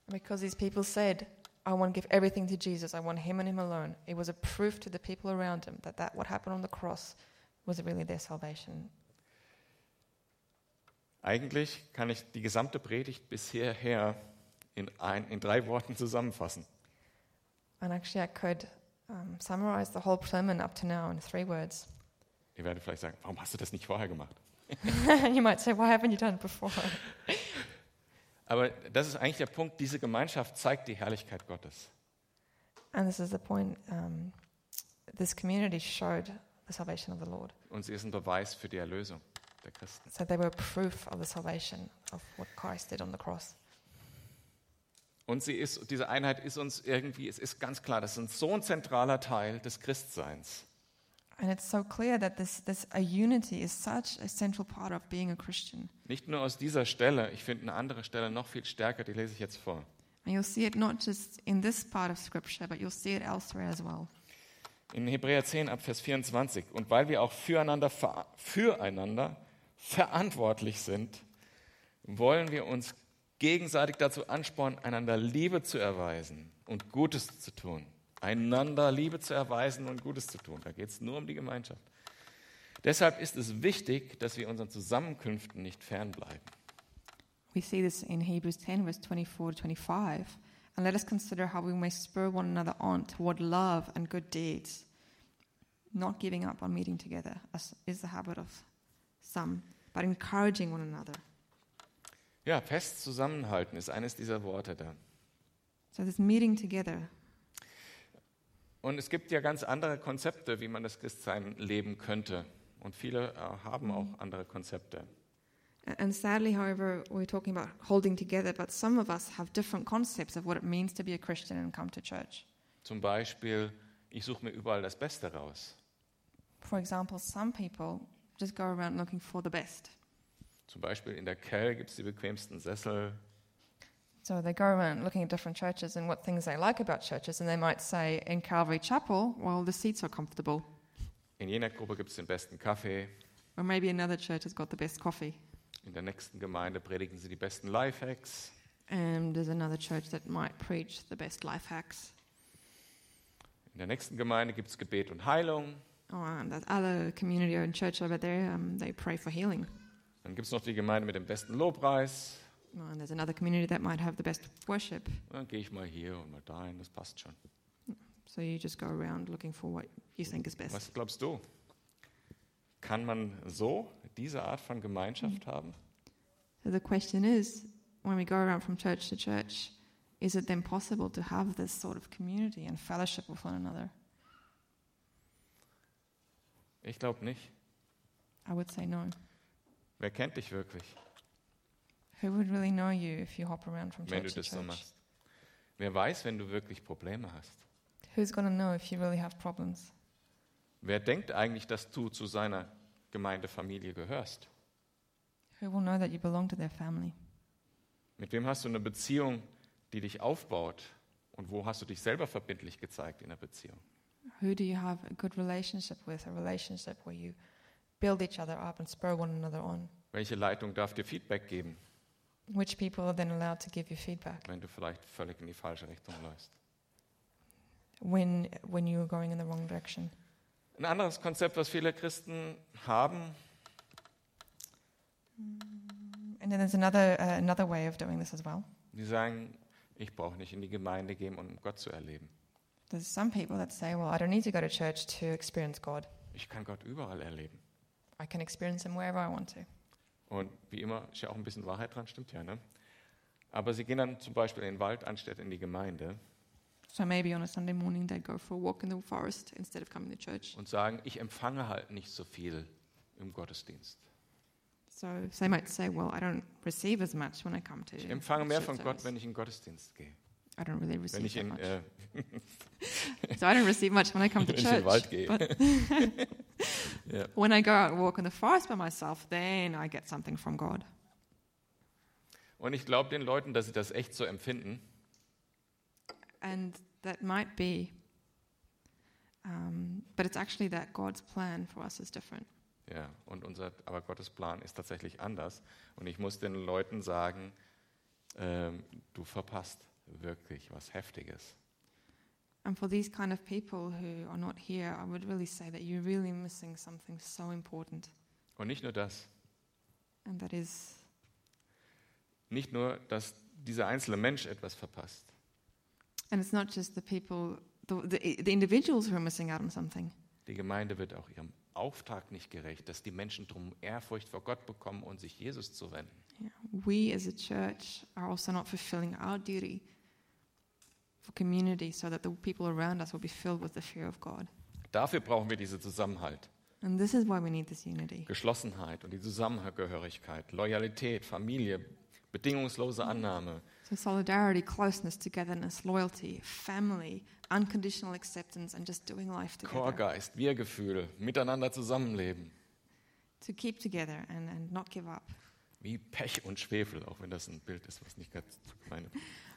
C: And because these people said, I want to give everything to Jesus, I want him and him alone, it was a proof to the people around them that, that what happened on the cross was really their salvation.
B: Eigentlich kann ich die gesamte Predigt bisher her in, ein, in drei Worten zusammenfassen.
C: And actually, I could um, summarize the whole sermon up to now in three words.
B: Ihr werdet vielleicht sagen, warum hast du das nicht vorher gemacht?
C: and you might say, why haven't you done it before?
B: Aber das ist eigentlich der Punkt, diese Gemeinschaft zeigt die Herrlichkeit Gottes.
C: And this is the point. Um, this community showed the salvation of the Lord.
B: Und sie ist ein Beweis für die Erlösung der Christen.
C: So they were proof of the salvation of what Christ did on the cross.
B: Und sie ist, diese Einheit ist uns irgendwie, es ist ganz klar, das ist ein so ein zentraler Teil des Christseins.
C: And it's so clear that this, this a unity is such a central part of being a Christian.
B: Nicht nur aus dieser Stelle, ich finde eine andere Stelle noch viel stärker, die lese ich jetzt vor.
C: And you'll see it not just in this part of Scripture, but you'll see it elsewhere as well.
B: In Hebräer 10 ab Vers 24. Und weil wir auch füreinander, ver füreinander verantwortlich sind, wollen wir uns gegenseitig dazu anspornen, einander Liebe zu erweisen und Gutes zu tun. Einander Liebe zu erweisen und Gutes zu tun. Da geht es nur um die Gemeinschaft. Deshalb ist es wichtig, dass wir unseren Zusammenkünften nicht fernbleiben.
C: We see this in Hebrews 10, verse 24 to 25. And let us consider how we may spur one another on toward love and good deeds, not giving up on meeting together, as is the habit of some, but encouraging one another.
B: Ja, fest zusammenhalten ist eines dieser Worte da.
C: So, this meeting together,
B: Und es gibt ja ganz andere Konzepte, wie man das Christsein leben könnte. Und viele äh, haben auch andere Konzepte.
C: A- and sadly, however, we're talking about holding together, but some of us have different concepts of what it means to be a Christian and come to church.
B: Zum Beispiel, ich suche mir überall das Beste raus.
C: For example, some people just go around looking for the best.
B: Zum Beispiel in der Kell gibt es die bequemsten Sessel.
C: So they go around looking at different churches and what things they like about churches, and they might say, in Calvary Chapel, well, the seats are comfortable.
B: In jener Gruppe gibt es den besten Kaffee.
C: Or maybe another church has got the best coffee.
B: In der nächsten Gemeinde predigen sie die besten Lifehacks.
C: And there's another church that might preach the best life hacks.
B: In der nächsten Gemeinde gibt es Gebet und Heilung.
C: Or um, that other community or church over there, um, they pray for healing.
B: Dann gibt es noch die Gemeinde mit dem besten Lobpreis.
C: Or Oh, And there's another community that might have the best worship.
B: Dann gehe ich mal hier und mal dahin, das passt schon.
C: So you just go around looking for what you think is best.
B: Was glaubst du? Kann man so diese Art von Gemeinschaft haben?
C: So the question is, when we go around from church to church, is it then possible to have this sort of community and fellowship with one another?
B: Ich glaube nicht.
C: I would say no.
B: Wer kennt dich wirklich,
C: Who would really know you if you hop around from
B: wenn
C: church
B: du
C: to
B: das so
C: church?
B: machst? Wer weiß, wenn du wirklich Probleme hast?
C: Who's going to know if you really have problems?
B: Wer denkt eigentlich, dass du zu seiner Gemeindefamilie gehörst?
C: Who will know that you belong to their family?
B: Mit wem hast du eine Beziehung, die dich aufbaut? Und wo hast du dich selber verbindlich gezeigt in der Beziehung?
C: Who do you have a good relationship with? A relationship where you build each other up and spur one another on?
B: Welche Leitung darf dir Feedback geben,
C: Which people are then allowed to give you feedback
B: wenn du vielleicht völlig in die falsche Richtung läufst?
C: when, when you're going in the wrong direction?
B: Ein anderes Konzept, was viele Christen haben,
C: And then there's another, uh, another way of doing this as well.
B: Die sagen, ich brauche nicht in die Gemeinde gehen, um Gott zu erleben.
C: There's some people that say, well, I don't need to go to church to experience God.
B: Ich kann Gott überall erleben.
C: I can experience Him wherever I want to.
B: Und wie immer ist ja auch ein bisschen Wahrheit dran, stimmt ja, ne? Aber sie gehen dann zum Beispiel in den Wald anstatt in die Gemeinde
C: So maybe on a Sunday morning they go for a walk in the forest instead of coming to church.
B: und sagen, ich empfange halt nicht so viel im Gottesdienst.
C: So, so they might say, well, I don't receive as much when I come to.
B: Ich empfange mehr
C: church
B: von Gott,
C: service.
B: wenn ich in den Gottesdienst gehe.
C: I don't really
B: Wenn
C: receive
B: ich
C: that
B: in,
C: much.
B: äh,
C: so I don't receive much when I come to
B: wenn ich in
C: church.
B: den Wald gehe.
C: but-
B: Ja.
C: When I go out and walk in the forest by myself, then I get something from God.
B: Und ich glaube den Leuten, dass sie das echt so empfinden.
C: And that might be, um, but it's actually that God's plan for us is different.
B: Ja, und unser, aber Gottes Plan ist tatsächlich anders. Und ich muss den Leuten sagen, ähm, du verpasst wirklich was Heftiges.
C: And for these kind of people who are not here, I would really say that you're really missing something so important.
B: Und nicht nur das,
C: And that is
B: nicht nur, dass dieser einzelne Mensch etwas verpasst,
C: And it's not just the people, the, the, the individuals who are missing out on something.
B: die Gemeinde wird auch ihrem Auftrag nicht gerecht, dass die Menschen drum Ehrfurcht vor Gott bekommen und sich Jesus zuwenden.
C: Yeah. We as a church are also not fulfilling our duty for community so that the people around us will be filled with the fear of God.
B: Dafür brauchen wir diesen Zusammenhalt,
C: And this is why we need this unity
B: Geschlossenheit und die Zusammengehörigkeit, Loyalität, Familie, bedingungslose Annahme.
C: So, solidarity, closeness, togetherness, loyalty, family, unconditional acceptance, and just doing life together.
B: Chorgeist, Wir-Gefühl, miteinander zusammenleben.
C: To keep together and, and not give up.
B: Wie Pech und Schwefel, auch wenn das ein Bild ist, was nicht ganz zu meine.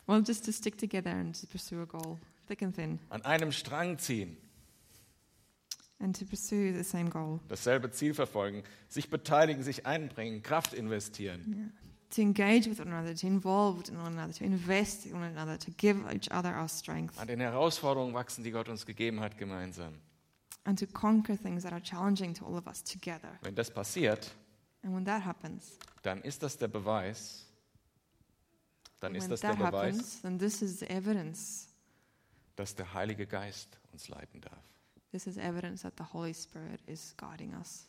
C: Well, just to stick together and to pursue a goal, thick and thin,
B: An einem Strang ziehen,
C: and to pursue the same goal.
B: dasselbe Ziel verfolgen, sich beteiligen, sich einbringen, Kraft investieren.
C: Yeah. To engage with one another, to involve in one another, to invest in one another, to give each other our strength,
B: An den Herausforderungen wachsen, die Gott uns gegeben hat, gemeinsam.
C: and to conquer things that are challenging to all of us together.
B: Wenn das passiert,
C: And when that happens,
B: dann ist das der Beweis. Dann
C: when
B: ist das der
C: that
B: Beweis,
C: happens, then this is evidence.
B: dass der Heilige Geist uns leiten darf.
C: This is evidence that the Holy Spirit is guiding us,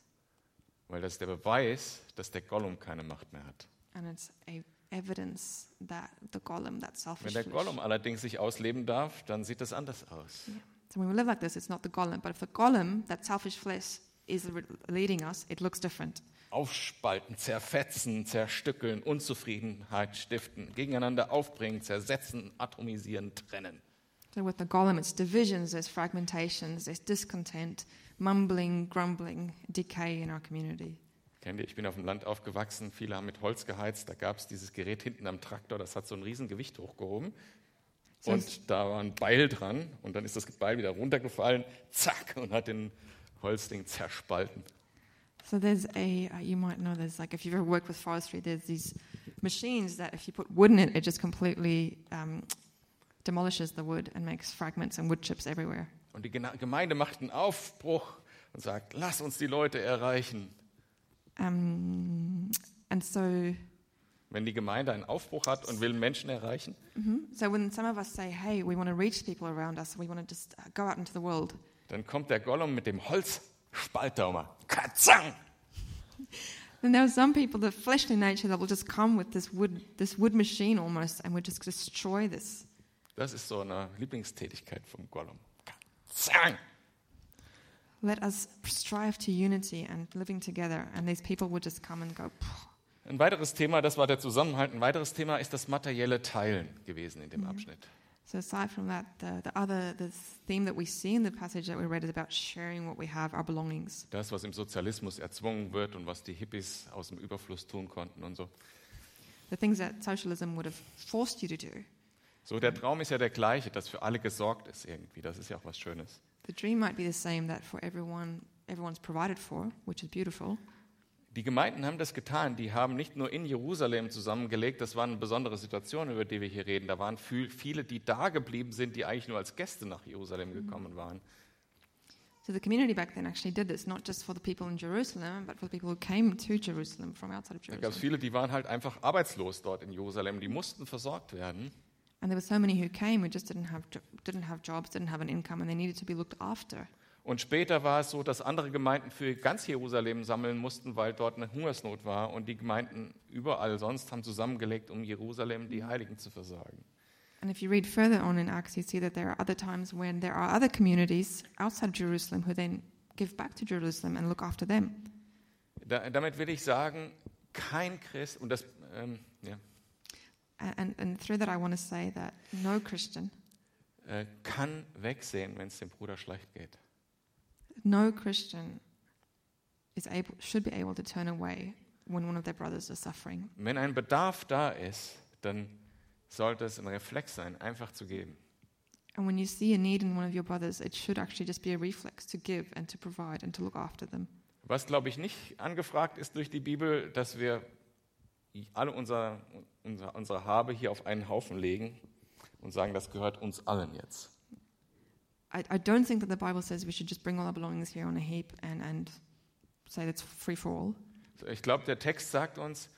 B: Weil das ist der Beweis, dass der Gollum keine Macht mehr hat.
C: and it's a evidence that the golem, that selfish
B: Wenn der
C: flesh-
B: Gollum allerdings sich ausleben darf, dann sieht das anders aus.
C: So when we live like this, it's not the golem, but if the golem, that selfish flesh, is re- leading us, it looks different.
B: Aufspalten, zerfetzen, zerstückeln, Unzufriedenheit stiften, gegeneinander aufbringen, zersetzen, atomisieren, trennen.
C: So with the golem, it's divisions, there's fragmentations, there's discontent, mumbling, grumbling, decay in our community.
B: Kennt ihr, ich bin auf dem Land aufgewachsen, viele haben mit Holz geheizt, da gab es dieses Gerät hinten am Traktor, das hat so ein Riesengewicht hochgehoben.
C: So it's-
B: Und da war ein Beil dran und dann ist das Beil wieder runtergefallen, zack, und hat den Holzding zerspalten.
C: So there's a, uh, you might know there's like, if you've ever worked with forestry, there's these machines that if you put wood in it, it just completely um, demolishes the wood and makes fragments and wood chips everywhere.
B: Und die Gena- Gemeinde macht einen Aufbruch und sagt, lass uns die Leute erreichen.
C: Um, and so,
B: Wenn die Gemeinde einen Aufbruch hat und will Menschen erreichen,
C: so when some of us say, hey, we want to reach people around us, we want to just uh, go out into the world,
B: dann kommt der Gollum mit dem Holzspaltdaumer. Katzang!
C: Then there are some people, the fleshly nature, that will just come with this wood, this wood machine almost, and would just destroy this.
B: Das ist so eine Lieblingstätigkeit vom Gollum. Katzang!
C: Let us strive to unity and living together, and these people would just come and go. "Pff."
B: Ein weiteres Thema, das war der Zusammenhalt, ein weiteres Thema ist das materielle Teilen gewesen in dem Abschnitt.
C: So aside from that, the, the other this theme that we see in the passage that we read is about sharing what we have, our belongings,
B: Das, was im Sozialismus erzwungen wird und was die Hippies aus dem Überfluss tun konnten und so.
C: the things that socialism would have forced you to do.
B: So, der Traum ist ja der gleiche, dass für alle gesorgt ist irgendwie. Das ist ja auch was Schönes.
C: The dream might be the same that for everyone, everyone's provided for, which is beautiful.
B: Die Gemeinden haben das getan. Die haben nicht nur in Jerusalem zusammengelegt. Das war eine besondere Situation, über die wir hier reden. Da waren viel- viele, die da geblieben sind, die eigentlich nur als Gäste nach Jerusalem gekommen waren.
C: So the community back then actually did this, not just for the people in Jerusalem, but for the people who came to Jerusalem from outside of
B: Da gab es
C: Jerusalem.
B: viele, die waren halt einfach arbeitslos dort in Jerusalem. Die mussten versorgt werden.
C: And there were so many who came who just didn't have jo- didn't have jobs, didn't have an income, and they needed to be looked after.
B: Und später war es so, dass andere Gemeinden für ganz Jerusalem sammeln mussten, weil dort eine Hungersnot war. Und die Gemeinden überall sonst haben zusammengelegt, um Jerusalem die Heiligen zu versorgen.
C: And if you read further on in Acts, you see that there are other times when there are other communities outside Jerusalem who then give back to Jerusalem and look after them.
B: Da, damit will ich sagen, kein Christ, und das, ähm, ja,
C: A- And, and through that, I want to say that no Christian,
B: äh, kann wegsehen, wenn es dem Bruder schlecht geht.
C: no Christian is able, should be able to turn away when one of their brothers is suffering.
B: Und wenn ein Bedarf da ist, dann sollte es ein Reflex sein, einfach zu geben.
C: And when you see a need in one of your brothers, it should actually just be a reflex to give and to provide and to look after them.
B: Was, glaube ich, nicht angefragt ist durch die Bibel, dass wir alle unser, unser, unsere Habe hier auf einen Haufen legen und sagen, das gehört uns allen jetzt.
C: I, I don't think that the Bible says we should just bring all our belongings here on a heap and, and say that's free for all.
B: So, Ich glaube, der Text sagt uns,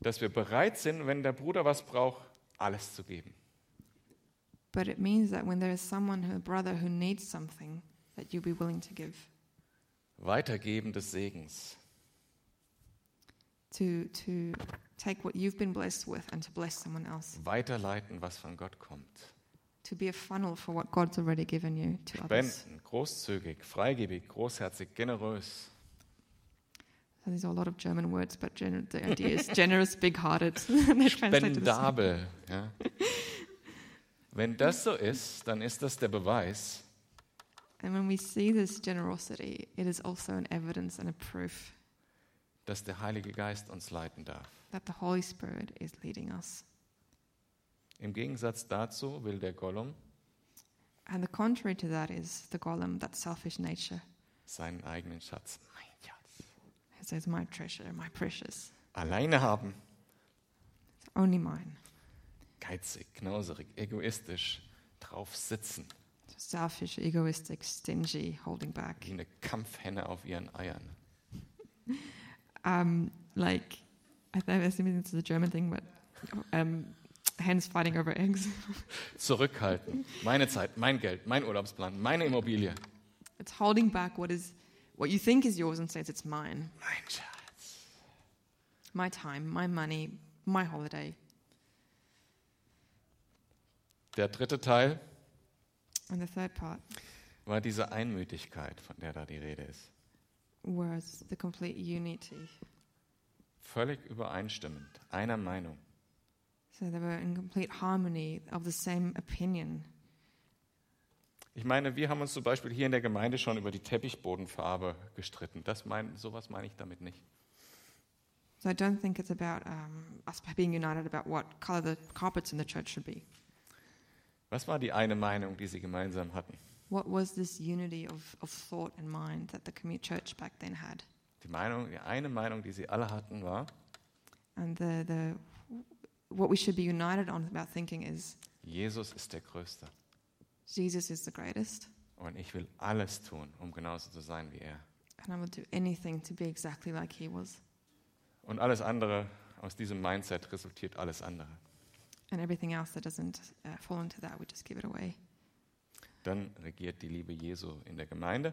B: dass wir bereit sind, wenn der Bruder was braucht, alles zu geben.
C: But it means that when there is someone, who- a brother, who needs something, that you be willing to give,
B: Weitergeben des Segens.
C: to, to take what you've been blessed with and to bless someone else,
B: Weiterleiten, was von Gott kommt.
C: to be a funnel for what God's already given you to others.
B: Spenden, großzügig, freigebig, großherzig, generös.
C: So these are a lot of German words, but gener- the idea is generous, big-hearted. They translate to the same.
B: Spendabel. Ja. Wenn das so ist, dann ist das der Beweis,
C: And when we see this generosity, it is also an evidence and a proof
B: dass der Heilige Geist uns leiten darf.
C: that the Holy Spirit is leading us.
B: Im Gegensatz dazu will der Gollum
C: And the contrary to that is the golem, that selfish nature,
B: seinen eigenen Schatz
C: who says, My treasure, my precious,
B: alleine haben.
C: it's only mine.
B: Geizig, knauserig, egoistisch, drauf sitzen,
C: So selfish, egoistic, stingy, holding back.
B: wie eine Kampfhenne auf ihren Eiern.
C: Um, like, I think I'm assuming this is a German thing, but um, hens fighting over eggs.
B: Zurückhalten, meine Zeit, mein Geld, mein Urlaubsplan, meine Immobilie.
C: It's holding back what is what you think is yours and says it's mine.
B: Mein Schatz.
C: My time, my money, my holiday.
B: Der dritte Teil
C: And the third part
B: war diese Einmütigkeit, von der da die Rede ist.
C: was the complete unity.
B: Völlig übereinstimmend, einer Meinung.
C: So they were in complete harmony of the same opinion.
B: Ich meine, wir haben uns zum Beispiel hier in der Gemeinde schon über die Teppichbodenfarbe gestritten. Das mein, sowas meine ich damit nicht.
C: So I don't think it's about um, us being united about what color the carpets in the church should be.
B: Was war die eine Meinung, die sie gemeinsam hatten?
C: What was this unity of, of thought and mind that the commu- church back then had?
B: Die, Meinung, die eine Meinung, die sie alle hatten, war,
C: And the, the what we should be united on about thinking is
B: Jesus ist der Größte
C: Jesus is the greatest,
B: und ich will alles tun, um genauso zu sein wie er.
C: and I will do anything to be exactly like he was.
B: Und alles andere, aus diesem Mindset resultiert alles andere.
C: And everything else that doesn't uh, fall into that, we just give it away.
B: Dann regiert die Liebe Jesu in der Gemeinde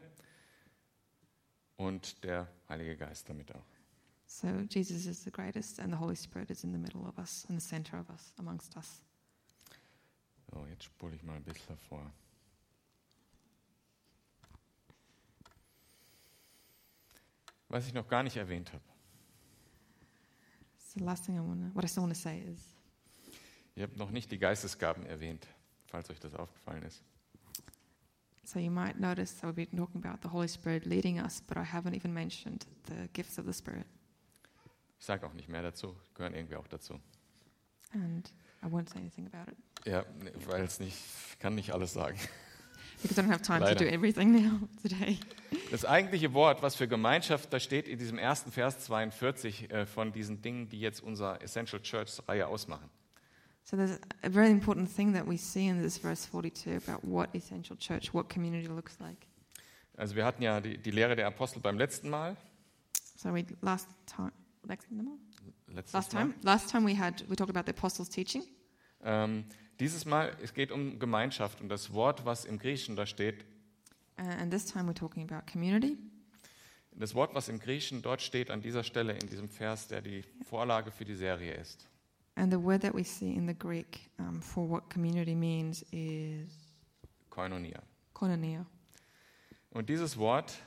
B: und der Heilige Geist damit auch.
C: So Jesus is the greatest, and the Holy Spirit is in the middle of us, in the center of us, amongst us.
B: So, jetzt spule ich mal ein bisschen vor. Was ich noch gar nicht erwähnt habe.
C: So the last thing I want to, what I still want to say is
B: Ihr habt noch nicht die Geistesgaben erwähnt, falls euch das aufgefallen ist.
C: So you might notice that we've been talking about the Holy Spirit leading us, but I haven't even mentioned the gifts of the Spirit.
B: Ich sage auch nicht mehr dazu, gehören irgendwie auch dazu.
C: And I won't say anything about it
B: Ja, nee, weil es nicht, ich kann nicht alles sagen.
C: because I don't have time
B: Later.
C: to do everything now today.
B: Das eigentliche Wort, was für Gemeinschaft da steht, in diesem ersten Vers 42 äh, von diesen Dingen, die jetzt unsere Essential Church-Reihe ausmachen.
C: So there's a very important thing that we see in this verse 42 about what essential church, what community looks like.
B: Also wir hatten ja die, die Lehre der Apostel beim letzten Mal.
C: So we last time, next, no, no,
B: Letztes
C: last
B: Mal.
C: time, last time we had we talked about the apostles' teaching,
B: Ähm, dieses Mal, es geht um Gemeinschaft und das Wort, was im Griechischen da steht,
C: uh, and this time we're talking about community.
B: das Wort, was im Griechischen dort steht, an dieser Stelle in diesem Vers, der die Vorlage für die Serie ist.
C: And the word that we see in the Greek um, for what community means is
B: Koinonia.
C: koinonia.
B: Und dieses Wort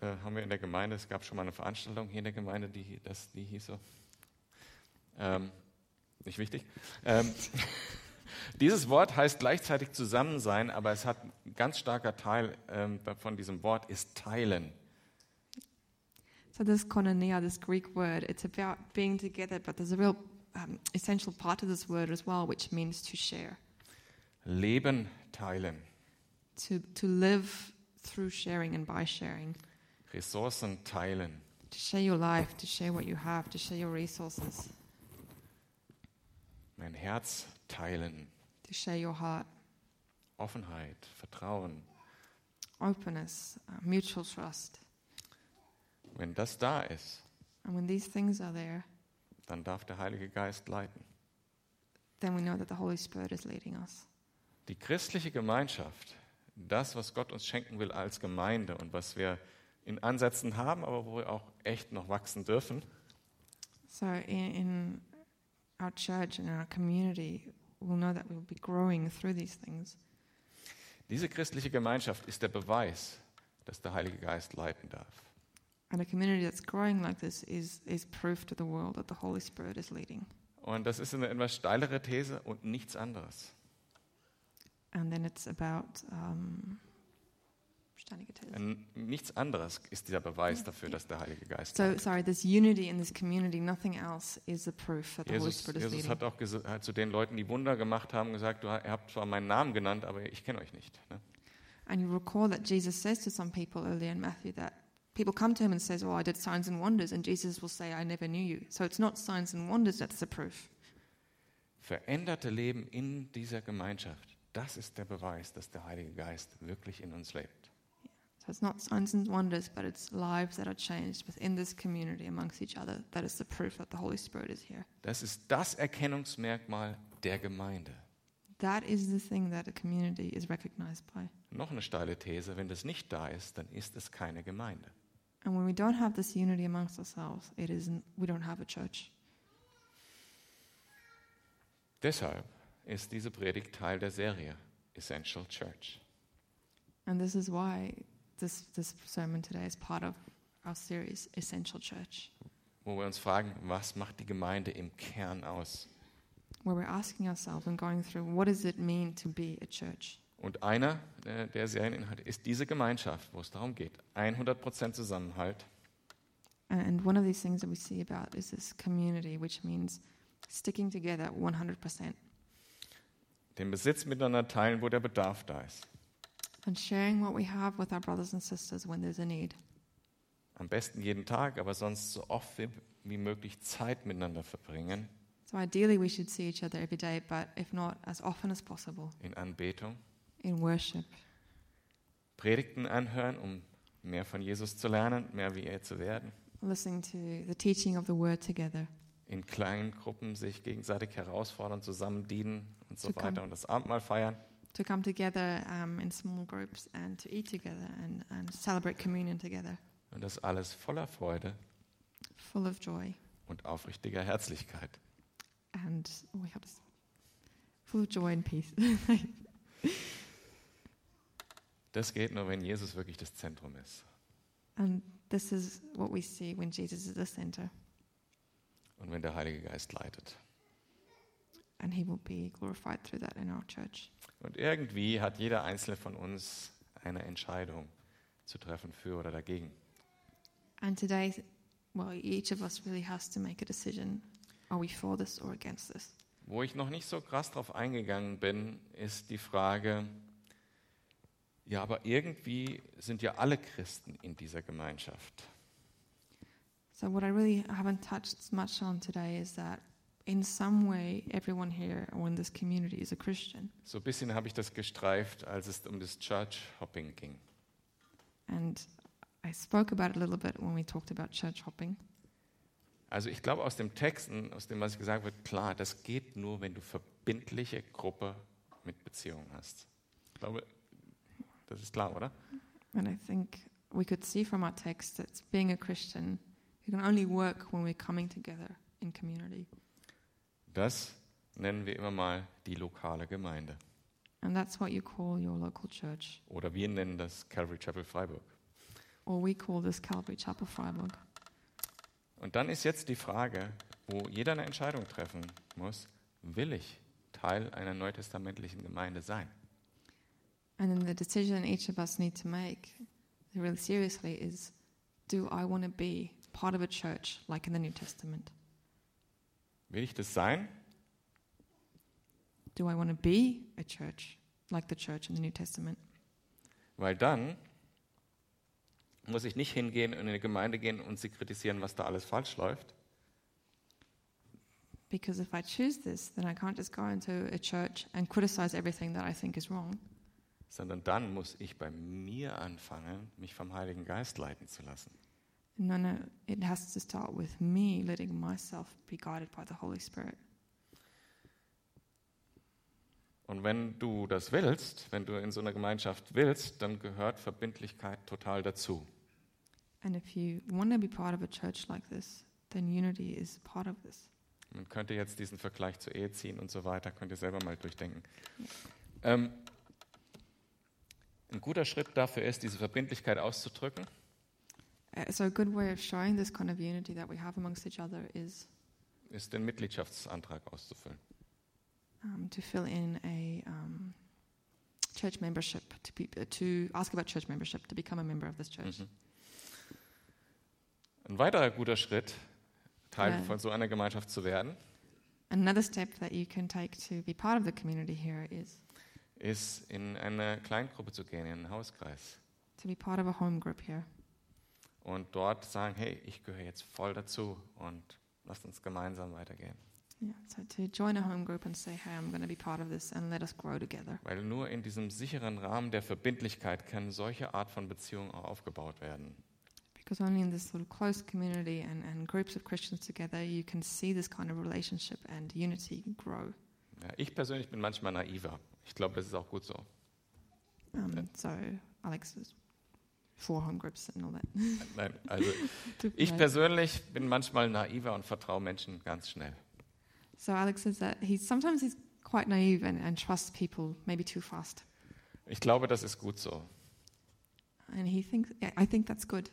B: äh, haben wir in der Gemeinde, es gab schon mal eine Veranstaltung hier in der Gemeinde, die, das, die hieß so. Ähm, nicht wichtig. Ähm, dieses Wort heißt gleichzeitig Zusammensein, aber es hat ein ganz starker Teil ähm, von diesem Wort ist Teilen.
C: So this koinonia, this Greek word, it's about being together, but there's a real um, essential part of this word as well, which means to share,
B: Leben teilen,
C: to to live through sharing and by sharing,
B: Ressourcen teilen.
C: to share your life, to share what you have, to share your resources,
B: mein Herz teilen,
C: to share your heart,
B: Offenheit, Vertrauen.
C: openness, uh, mutual trust.
B: Wenn das da ist,
C: And when these things are there,
B: dann darf der Heilige Geist leiten.
C: then we know that the Holy Spirit is leading us.
B: Die christliche Gemeinschaft, das, was Gott uns schenken will als Gemeinde und was wir in Ansätzen haben, aber wo wir auch echt noch wachsen dürfen,
C: So in, in our church and our community, we'll know that we'll be growing through these things.
B: diese christliche Gemeinschaft ist der Beweis, dass der Heilige Geist leiten darf.
C: And a community that's growing like this is, is proof to the world that the Holy Spirit is leading.
B: Und das ist eine etwas steilere These und nichts anderes.
C: And then it's about. Um, standing it is.
B: Ein- Nichts anderes ist dieser Beweis dafür, dass der Heilige Geist
C: so,
B: kommt.
C: sorry, this unity in this community, nothing else is the proof that the Holy
B: Jesus,
C: Spirit is
B: Jesus
C: leading.
B: hat auch gesa- hat zu den Leuten, die Wunder gemacht haben, gesagt, du, ihr habt zwar meinen Namen genannt, aber ich kenne euch nicht. Ne?
C: And you recall that Jesus says to some people earlier in Matthew that people come to him and says, "Well, I did signs and wonders," and Jesus will say, "I never knew you." So it's not signs and wonders that's the proof.
B: Veränderte Leben in dieser Gemeinschaft, das ist der Beweis, dass der Heilige Geist wirklich in uns lebt.
C: So it's not signs and wonders, but it's lives that are changed within this community amongst each other that is the proof that the Holy Spirit is here.
B: Das ist das Erkennungsmerkmal der Gemeinde.
C: That is the thing that a community is recognized by.
B: Noch eine steile These, wenn das nicht da ist, dann ist es keine Gemeinde.
C: And when we don't have this unity amongst ourselves, it isn't we don't have a church.
B: Deshalb ist diese Predigt Teil der Serie Essential Church.
C: And this is why this this sermon today is part of our series Essential Church.
B: wo wir uns fragen, was macht die Gemeinde im Kern aus?
C: where we're asking ourselves and going through what does it mean to be a church?
B: Und einer äh, der Serieninhalte ist diese Gemeinschaft, wo es darum geht, 100% Zusammenhalt,
C: And one of these things that we see about is this community, which means sticking together 100%
B: den Besitz miteinander teilen, wo der Bedarf da ist.
C: and sharing what we have with our brothers and sisters when there's a need.
B: Am besten jeden Tag, aber sonst so oft wie, wie möglich Zeit miteinander verbringen,
C: So ideally, we should see each other every day, but if not, as often as possible
B: in Anbetung,
C: in worship,
B: Predigten anhören, um mehr von Jesus zu lernen, mehr wie er zu werden,
C: listening to the teaching of the word together,
B: in kleinen Gruppen sich gegenseitig herausfordern, zusammen dienen und so
C: Willkommen.
B: weiter und das Abendmahl feiern.
C: to come together um, in small groups and to eat together and, and celebrate communion together,
B: Und das alles voller Freude
C: full of joy.
B: und aufrichtiger Herzlichkeit.
C: and oh, we have full of joy and peace.
B: Das geht nur, wenn Jesus wirklich das Zentrum ist.
C: and this is what we see when Jesus is the center,
B: Und wenn der Heilige Geist leitet.
C: and He will be glorified through that in our church.
B: Und irgendwie hat jeder Einzelne von uns eine Entscheidung zu treffen, für oder dagegen.
C: And today, well, each of us really has to make a decision: are we for this or against this?
B: Wo ich noch nicht so krass drauf eingegangen bin, ist die Frage, ja, aber irgendwie sind ja alle Christen in dieser Gemeinschaft.
C: So, what I really haven't touched much on today is that, in some way, everyone here or in this community is a Christian.
B: So ein bisschen habe ich das gestreift, als es um das Church-Hopping ging.
C: And I spoke about it a little bit when we talked about church hopping.
B: Also ich glaube aus dem Text und aus dem, was gesagt wird, klar, das geht nur, wenn du verbindliche Gruppe mit Beziehung hast. Ich glaube, das ist klar, oder?
C: And I think we could see from our text that being a Christian, we can only work when we're coming together in community.
B: Das nennen wir immer mal die lokale Gemeinde.
C: And that's what you call your local church,
B: Oder wir nennen das Calvary Chapel Freiburg.
C: or we call this Calvary Chapel Freiburg.
B: Und dann ist jetzt die Frage, wo jeder eine Entscheidung treffen muss, will ich Teil einer neutestamentlichen Gemeinde sein?
C: And then the decision each of us need to make, really seriously, is do I want to be part of a church like in the New Testament?
B: Will ich das sein
C: Do I want to be a church like the church in the New Testament?
B: Weil dann muss ich nicht hingehen und in eine Gemeinde gehen und sie kritisieren, was da alles falsch läuft,
C: Because if I choose this, then I can't just go into a church and criticize everything that I think is wrong.
B: sondern dann muss ich bei mir anfangen, mich vom Heiligen Geist leiten zu lassen.
C: No, no, it has to start with me letting myself be guided by the Holy Spirit.
B: Und wenn du das willst, wenn du in so einer Gemeinschaft willst, dann gehört Verbindlichkeit total dazu.
C: And if you want to be part of a church like this, then unity is part of this.
B: Man könnte jetzt diesen Vergleich zur Ehe ziehen und so weiter, könnt ihr selber mal durchdenken. Ähm, ein guter Schritt dafür ist, diese Verbindlichkeit auszudrücken
C: Uh, so a good way of showing this kind of unity that we have amongst each other is
B: ist den Mitgliedschaftsantrag auszufüllen.
C: um, to fill in a um, church membership to be, uh, to ask about church membership to become a member of this church.
B: Mhm. Ein weiterer guter Schritt, Teil
C: Ja.
B: von so einer Gemeinschaft zu werden,
C: Another step that you can take to be part of the community here is
B: ist in eine Kleingruppe zu gehen, in einen Hauskreis
C: to be part of a home group here
B: und dort sagen, hey, ich gehöre jetzt voll dazu und lasst uns gemeinsam weitergehen.
C: Yeah, so to join a home group and say, hey, I'm going to be part of this and let us grow together.
B: Weil nur in diesem sicheren Rahmen der Verbindlichkeit kann solche Art von Beziehung auch aufgebaut werden.
C: Because only in this sort of close community and, and groups of Christians together, you can see this kind of relationship and unity grow.
B: Ja, ich persönlich bin manchmal naiver. Ich glaube, das ist auch gut so.
C: Um,
B: Yeah.
C: So, Alex is for home groups and all that.
B: Nein, also
C: Tut mir
B: ich
C: leid.
B: persönlich bin manchmal naiver und vertraue Menschen ganz schnell.
C: so, Alex says that he's sometimes he's quite naive and, and trusts people maybe too fast.
B: Ich glaube, das ist gut so,
C: And he thinks, yeah, I think that's good.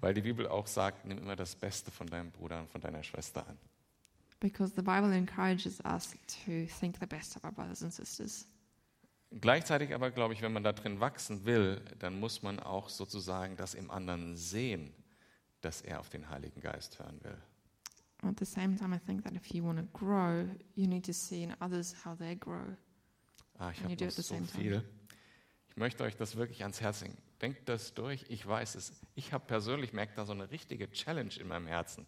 B: weil die Bibel auch sagt, nimm immer das Beste von deinem Bruder und von deiner Schwester an.
C: Because the Bible encourages us to think the best of our brothers and sisters.
B: Gleichzeitig aber glaube ich, wenn man da drin wachsen will, dann muss man auch sozusagen das im anderen sehen, dass er auf den Heiligen Geist hören will.
C: At the same time, I think that if you want to grow, you need to see in others how they grow.
B: Ah, ich
C: And
B: habe
C: you do
B: noch
C: it the
B: so
C: same time.
B: viel. Ich möchte euch das wirklich ans Herz legen. Denkt das durch, ich weiß es. Ich habe persönlich merkt da so eine richtige Challenge in meinem Herzen.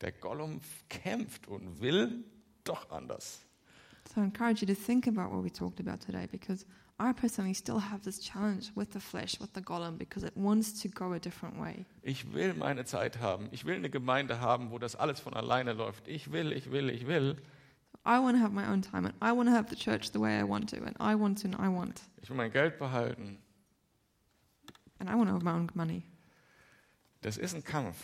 B: Der Gollum kämpft und will doch anders.
C: So I encourage you to think about what we talked about today because I personally still have this challenge with the flesh, with the golem, because it wants to go a different way.
B: Ich will meine Zeit haben. Ich will eine Gemeinde haben, wo das alles von alleine läuft. Ich will, ich will, ich will.
C: I want to have my own time and I want to have the church the way I want to and I want to and I want
B: Ich will mein Geld behalten.
C: and I want to have my own money.
B: Das ist ein Kampf.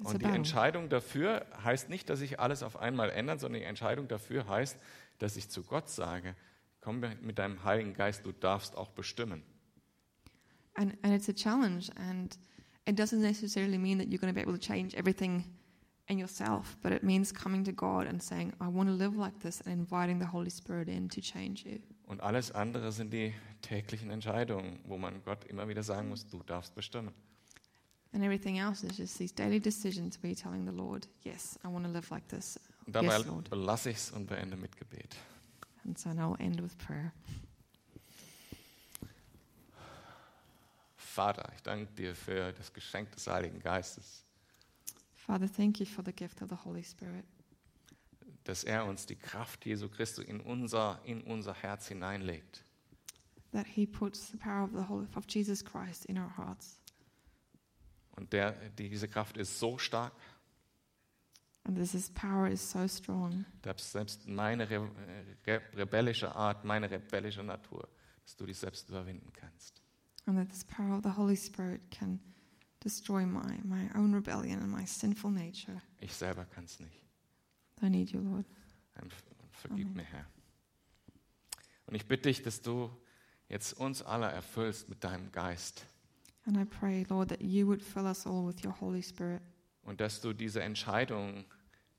C: It's a
B: Und die
C: battle.
B: Entscheidung dafür heißt nicht, dass ich alles auf einmal ändern, sondern die Entscheidung dafür heißt, dass ich zu Gott sage, komm mit deinem Heiligen Geist, du darfst auch bestimmen.
C: And, and it's a challenge and it doesn't necessarily mean that you're going to be able to change everything in yourself, but it means coming to God and saying, I want to live like this and inviting the Holy Spirit in to change you.
B: Und alles andere sind die täglichen Entscheidungen, wo man Gott immer wieder sagen muss, du darfst bestimmen.
C: And everything else is just these daily decisions where you're telling the Lord, Yes, I want to live like this.
B: Und dabei
C: Yes, Lord.
B: belasse ich es und beende mit Gebet.
C: And so now I'll end with prayer.
B: Vater, ich danke dir für das Geschenk des Heiligen Geistes,
C: Father, thank you for the gift of the Holy Spirit,
B: dass er uns die Kraft Jesu Christi in unser, in unser Herz hineinlegt.
C: that He puts the power of the Holy of Jesus Christ in our hearts.
B: Und der, diese Kraft ist so stark,
C: And this His power is so strong
B: dass selbst meine re äh, re rebellische Art, meine rebellische Natur, dass du dich selbst überwinden kannst.
C: and that this power of the Holy Spirit can destroy my, my own rebellion and my sinful nature.
B: Ich selber kann es nicht.
C: I need you, Lord.
B: Und vergib
C: Amen.
B: mir, Herr. Und ich bitte dich, dass du jetzt uns alle erfüllst mit deinem Geist
C: And I pray, Lord, that you would fill us all with your Holy Spirit.
B: und dass du diese Entscheidungen,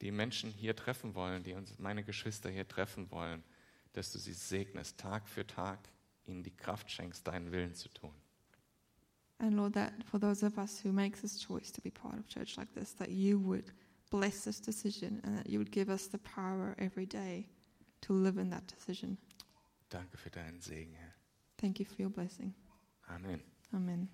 B: die Menschen hier treffen wollen, die uns meine Geschwister hier treffen wollen, dass du sie segnest, Tag für Tag ihnen die Kraft schenkst, deinen Willen zu tun.
C: And Lord, that for those of us who make this choice to be part of church like this, that you would bless this decision and that you would give us the power every day to live in that decision.
B: Danke für deinen Segen, Herr.
C: Thank you for your blessing.
B: Amen.
C: Amen.